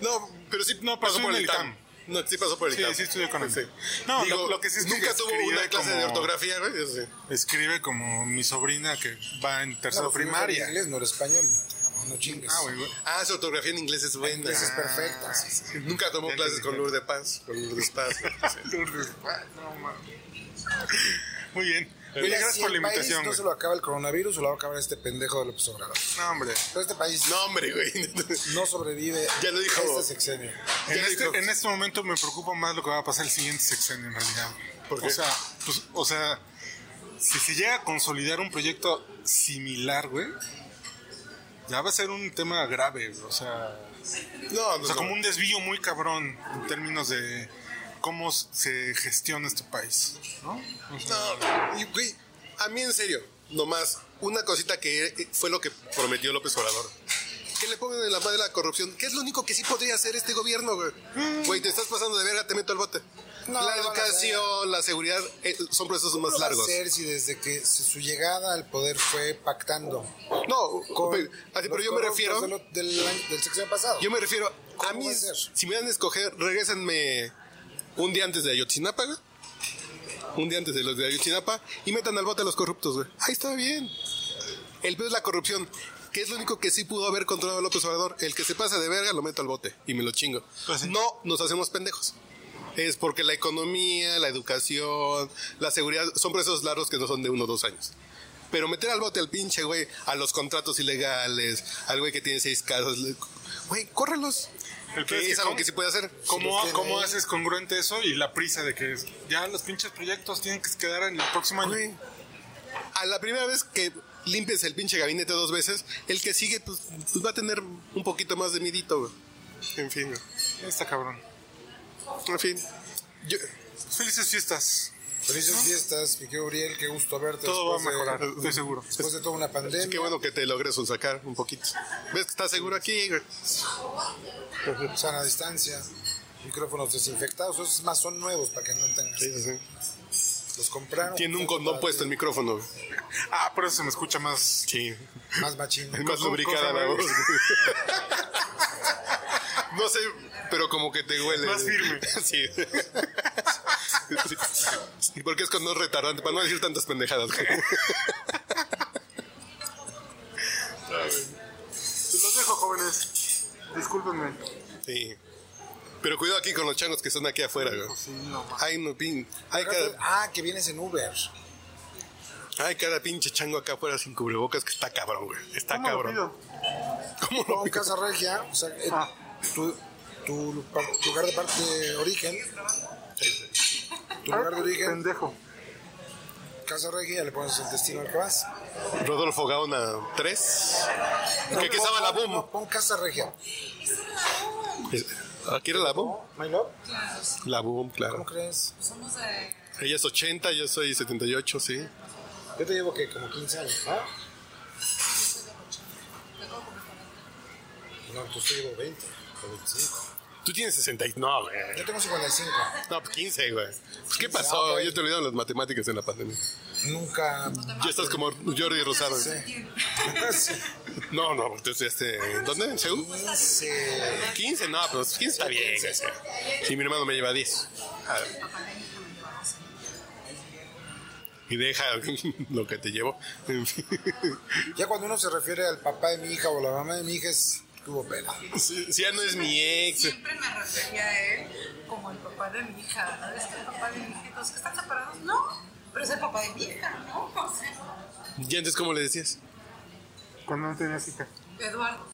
No, pero sí
No,
pasó
pasó
por
en
el
el
ITAM.
TAM.
No, sí pasó por el
Sí,
ITAM.
sí estudió economía. No,
Digo,
lo, lo que sí es que
nunca tuvo
escribe
una clase de
como-
ortografía, güey. eso sí.
Escribe como mi sobrina que va en tercero
No,
primaria.
En inglés, no era español. No, no chingues.
Ah, güey, güey.
Ah, su ortografía en inglés es buena.
Inglés es perfecta. sí, sí.
Nunca tomó
Ah, Ya
clases con
entendí.
Lourdes Paz. Con Lourdes Paz, güey.
Lourdes, ay, no, mames. Muy bien. Oye,
Mira,
gracias
si
por la
el país
invitación.
no
güey.
se lo acaba el coronavirus, o lo va a acabar este pendejo de López Obrador.
No, hombre.
Pero este país
No, hombre, güey.
no sobrevive
Ya lo dijo.
a este sexenio.
En
Ya dijo.
este, en este momento me preocupa más lo que va a pasar el siguiente sexenio en realidad.
¿Por qué?
O sea, pues, o sea, si se llega a consolidar un proyecto similar, güey, ya va a ser un tema grave, güey. o sea,
No, no,
o sea,
Pues no.
como un desvío muy cabrón en términos de cómo se gestiona este país, ¿no? O sea,
No, y, güey, a mí en serio, nomás, una cosita que eh, fue lo que prometió López Obrador. Que le pongan en la madre la corrupción, que es lo único que sí podría hacer este gobierno, güey.
Mm.
Güey, te estás pasando de verga, te meto al bote.
No,
la
no van a
educación, la seguridad, eh, son procesos más
¿Cómo va a
largos.
ser si desde que si su llegada al poder fue pactando?
No,
con
pero, así, ah, pero
los
yo me
corruptos
refiero...
de lo- del, año- del sexenio pasado.
Yo me refiero a
¿Cómo
mí,
va a ser?
si me dan a escoger, regrésenme un día antes de Ayotzinapa, güey. un día antes de los de Ayotzinapa, y metan al bote a los corruptos, güey. Ahí está bien. El peor es la corrupción, que es lo único que sí pudo haber controlado López Obrador. El que se pasa de verga lo meto al bote y me lo chingo.
Pues sí.
No nos hacemos pendejos. Es porque la economía, la educación, la seguridad son procesos largos que no son de uno o dos años. Pero meter al bote al pinche, güey, a los contratos ilegales, al güey que tiene seis casas, le- güey, córrelos.
El
Que
peor es que
es algo
cómo-
que sí puede hacer.
¿Cómo,
tiene
cómo
ahí.
haces congruente eso y la prisa de que ya los pinches proyectos tienen que quedar en el próximo año?
Güey, a la primera vez que limpies el pinche gabinete dos veces, el que sigue pues, pues va a tener un poquito más de midito, güey. En fin, güey.
Está cabrón.
En fin. Yo-
Felices fiestas.
Felices fiestas, mi querido Uriel, qué gusto verte.
Todo va a
después de-
mejorar, estoy seguro.
Después de toda una pandemia.
Así que bueno que te logres sacar un poquito. ¿Ves que estás seguro aquí? güey?
sana distancia, micrófonos desinfectados, esos más son nuevos para que no tengas. Los compraron.
Tiene un
fue
condón
para
puesto el micrófono. güey.
Ah, por eso se me escucha más.
Sí.
ti, Más machín.
Es más lubricada la voz. güey. No sé, pero como que te huele.
Más
güey.
firme.
Sí. Sí, Porque es condón retardante, para no decir tantas pendejadas. güey.
Los dejo, jóvenes. Discúlpenme.
Sí. Pero cuidado aquí con los changos que están aquí afuera. güey.
Sí, no, ma-
Ay, no, pin. Hay cada,
Ah, que vienes en Uber.
hay cada pinche chango acá afuera sin cubrebocas que está cabrón, güey. Está
¿Cómo lo
cabrón.
pido?
¿Cómo lo
Con Casa Regia, o sea, eh,
Ah.
tu, tu pa- tu lugar de parte de origen. Tu lugar de
Ah,
origen,
Pendejo.
Casa Regia, le pones el destino al que vas.
Rodolfo Gaona 3. Que que estaba la
Pon-
boom.
Pon Casa Regia.
Aquí era la boom.
My love,
La boom,
¿cómo
claro.
crees?
Ella es 80, yo soy 78, sí.
Yo te llevo que como 15 años, ¿no? No, pues yo llevo 20 o 25.
Tú tienes 60. y- No, güey.
Yo tengo 55.
No, pues 15, güey. Pues, ¿Qué pasó? Yo te olvidaron las matemáticas en la pandemia.
Nunca.
Ya estás como Jordi Rosado.
Sí.
No, no, pues, tú estudiaste. ¿Dónde? ¿En Seúl?
15.
15, no, pero 15 está bien. güey. Sí, mi hermano me lleva 10. Ah. Y deja lo que te llevo. En fin.
Ya cuando uno se refiere al papá de mi hija o la mamá de mi hija, es tuvo pena.
Sí, sí, ya no es mi ex.
Siempre me refería a él como el papá de mi hija. ¿no? Es que el papá de mi hija, los que están separados, no, pero es el papá de mi hija, ¿no? O sea,
¿Y antes cómo le decías?
Cuando no tenías hija.
Eduardo.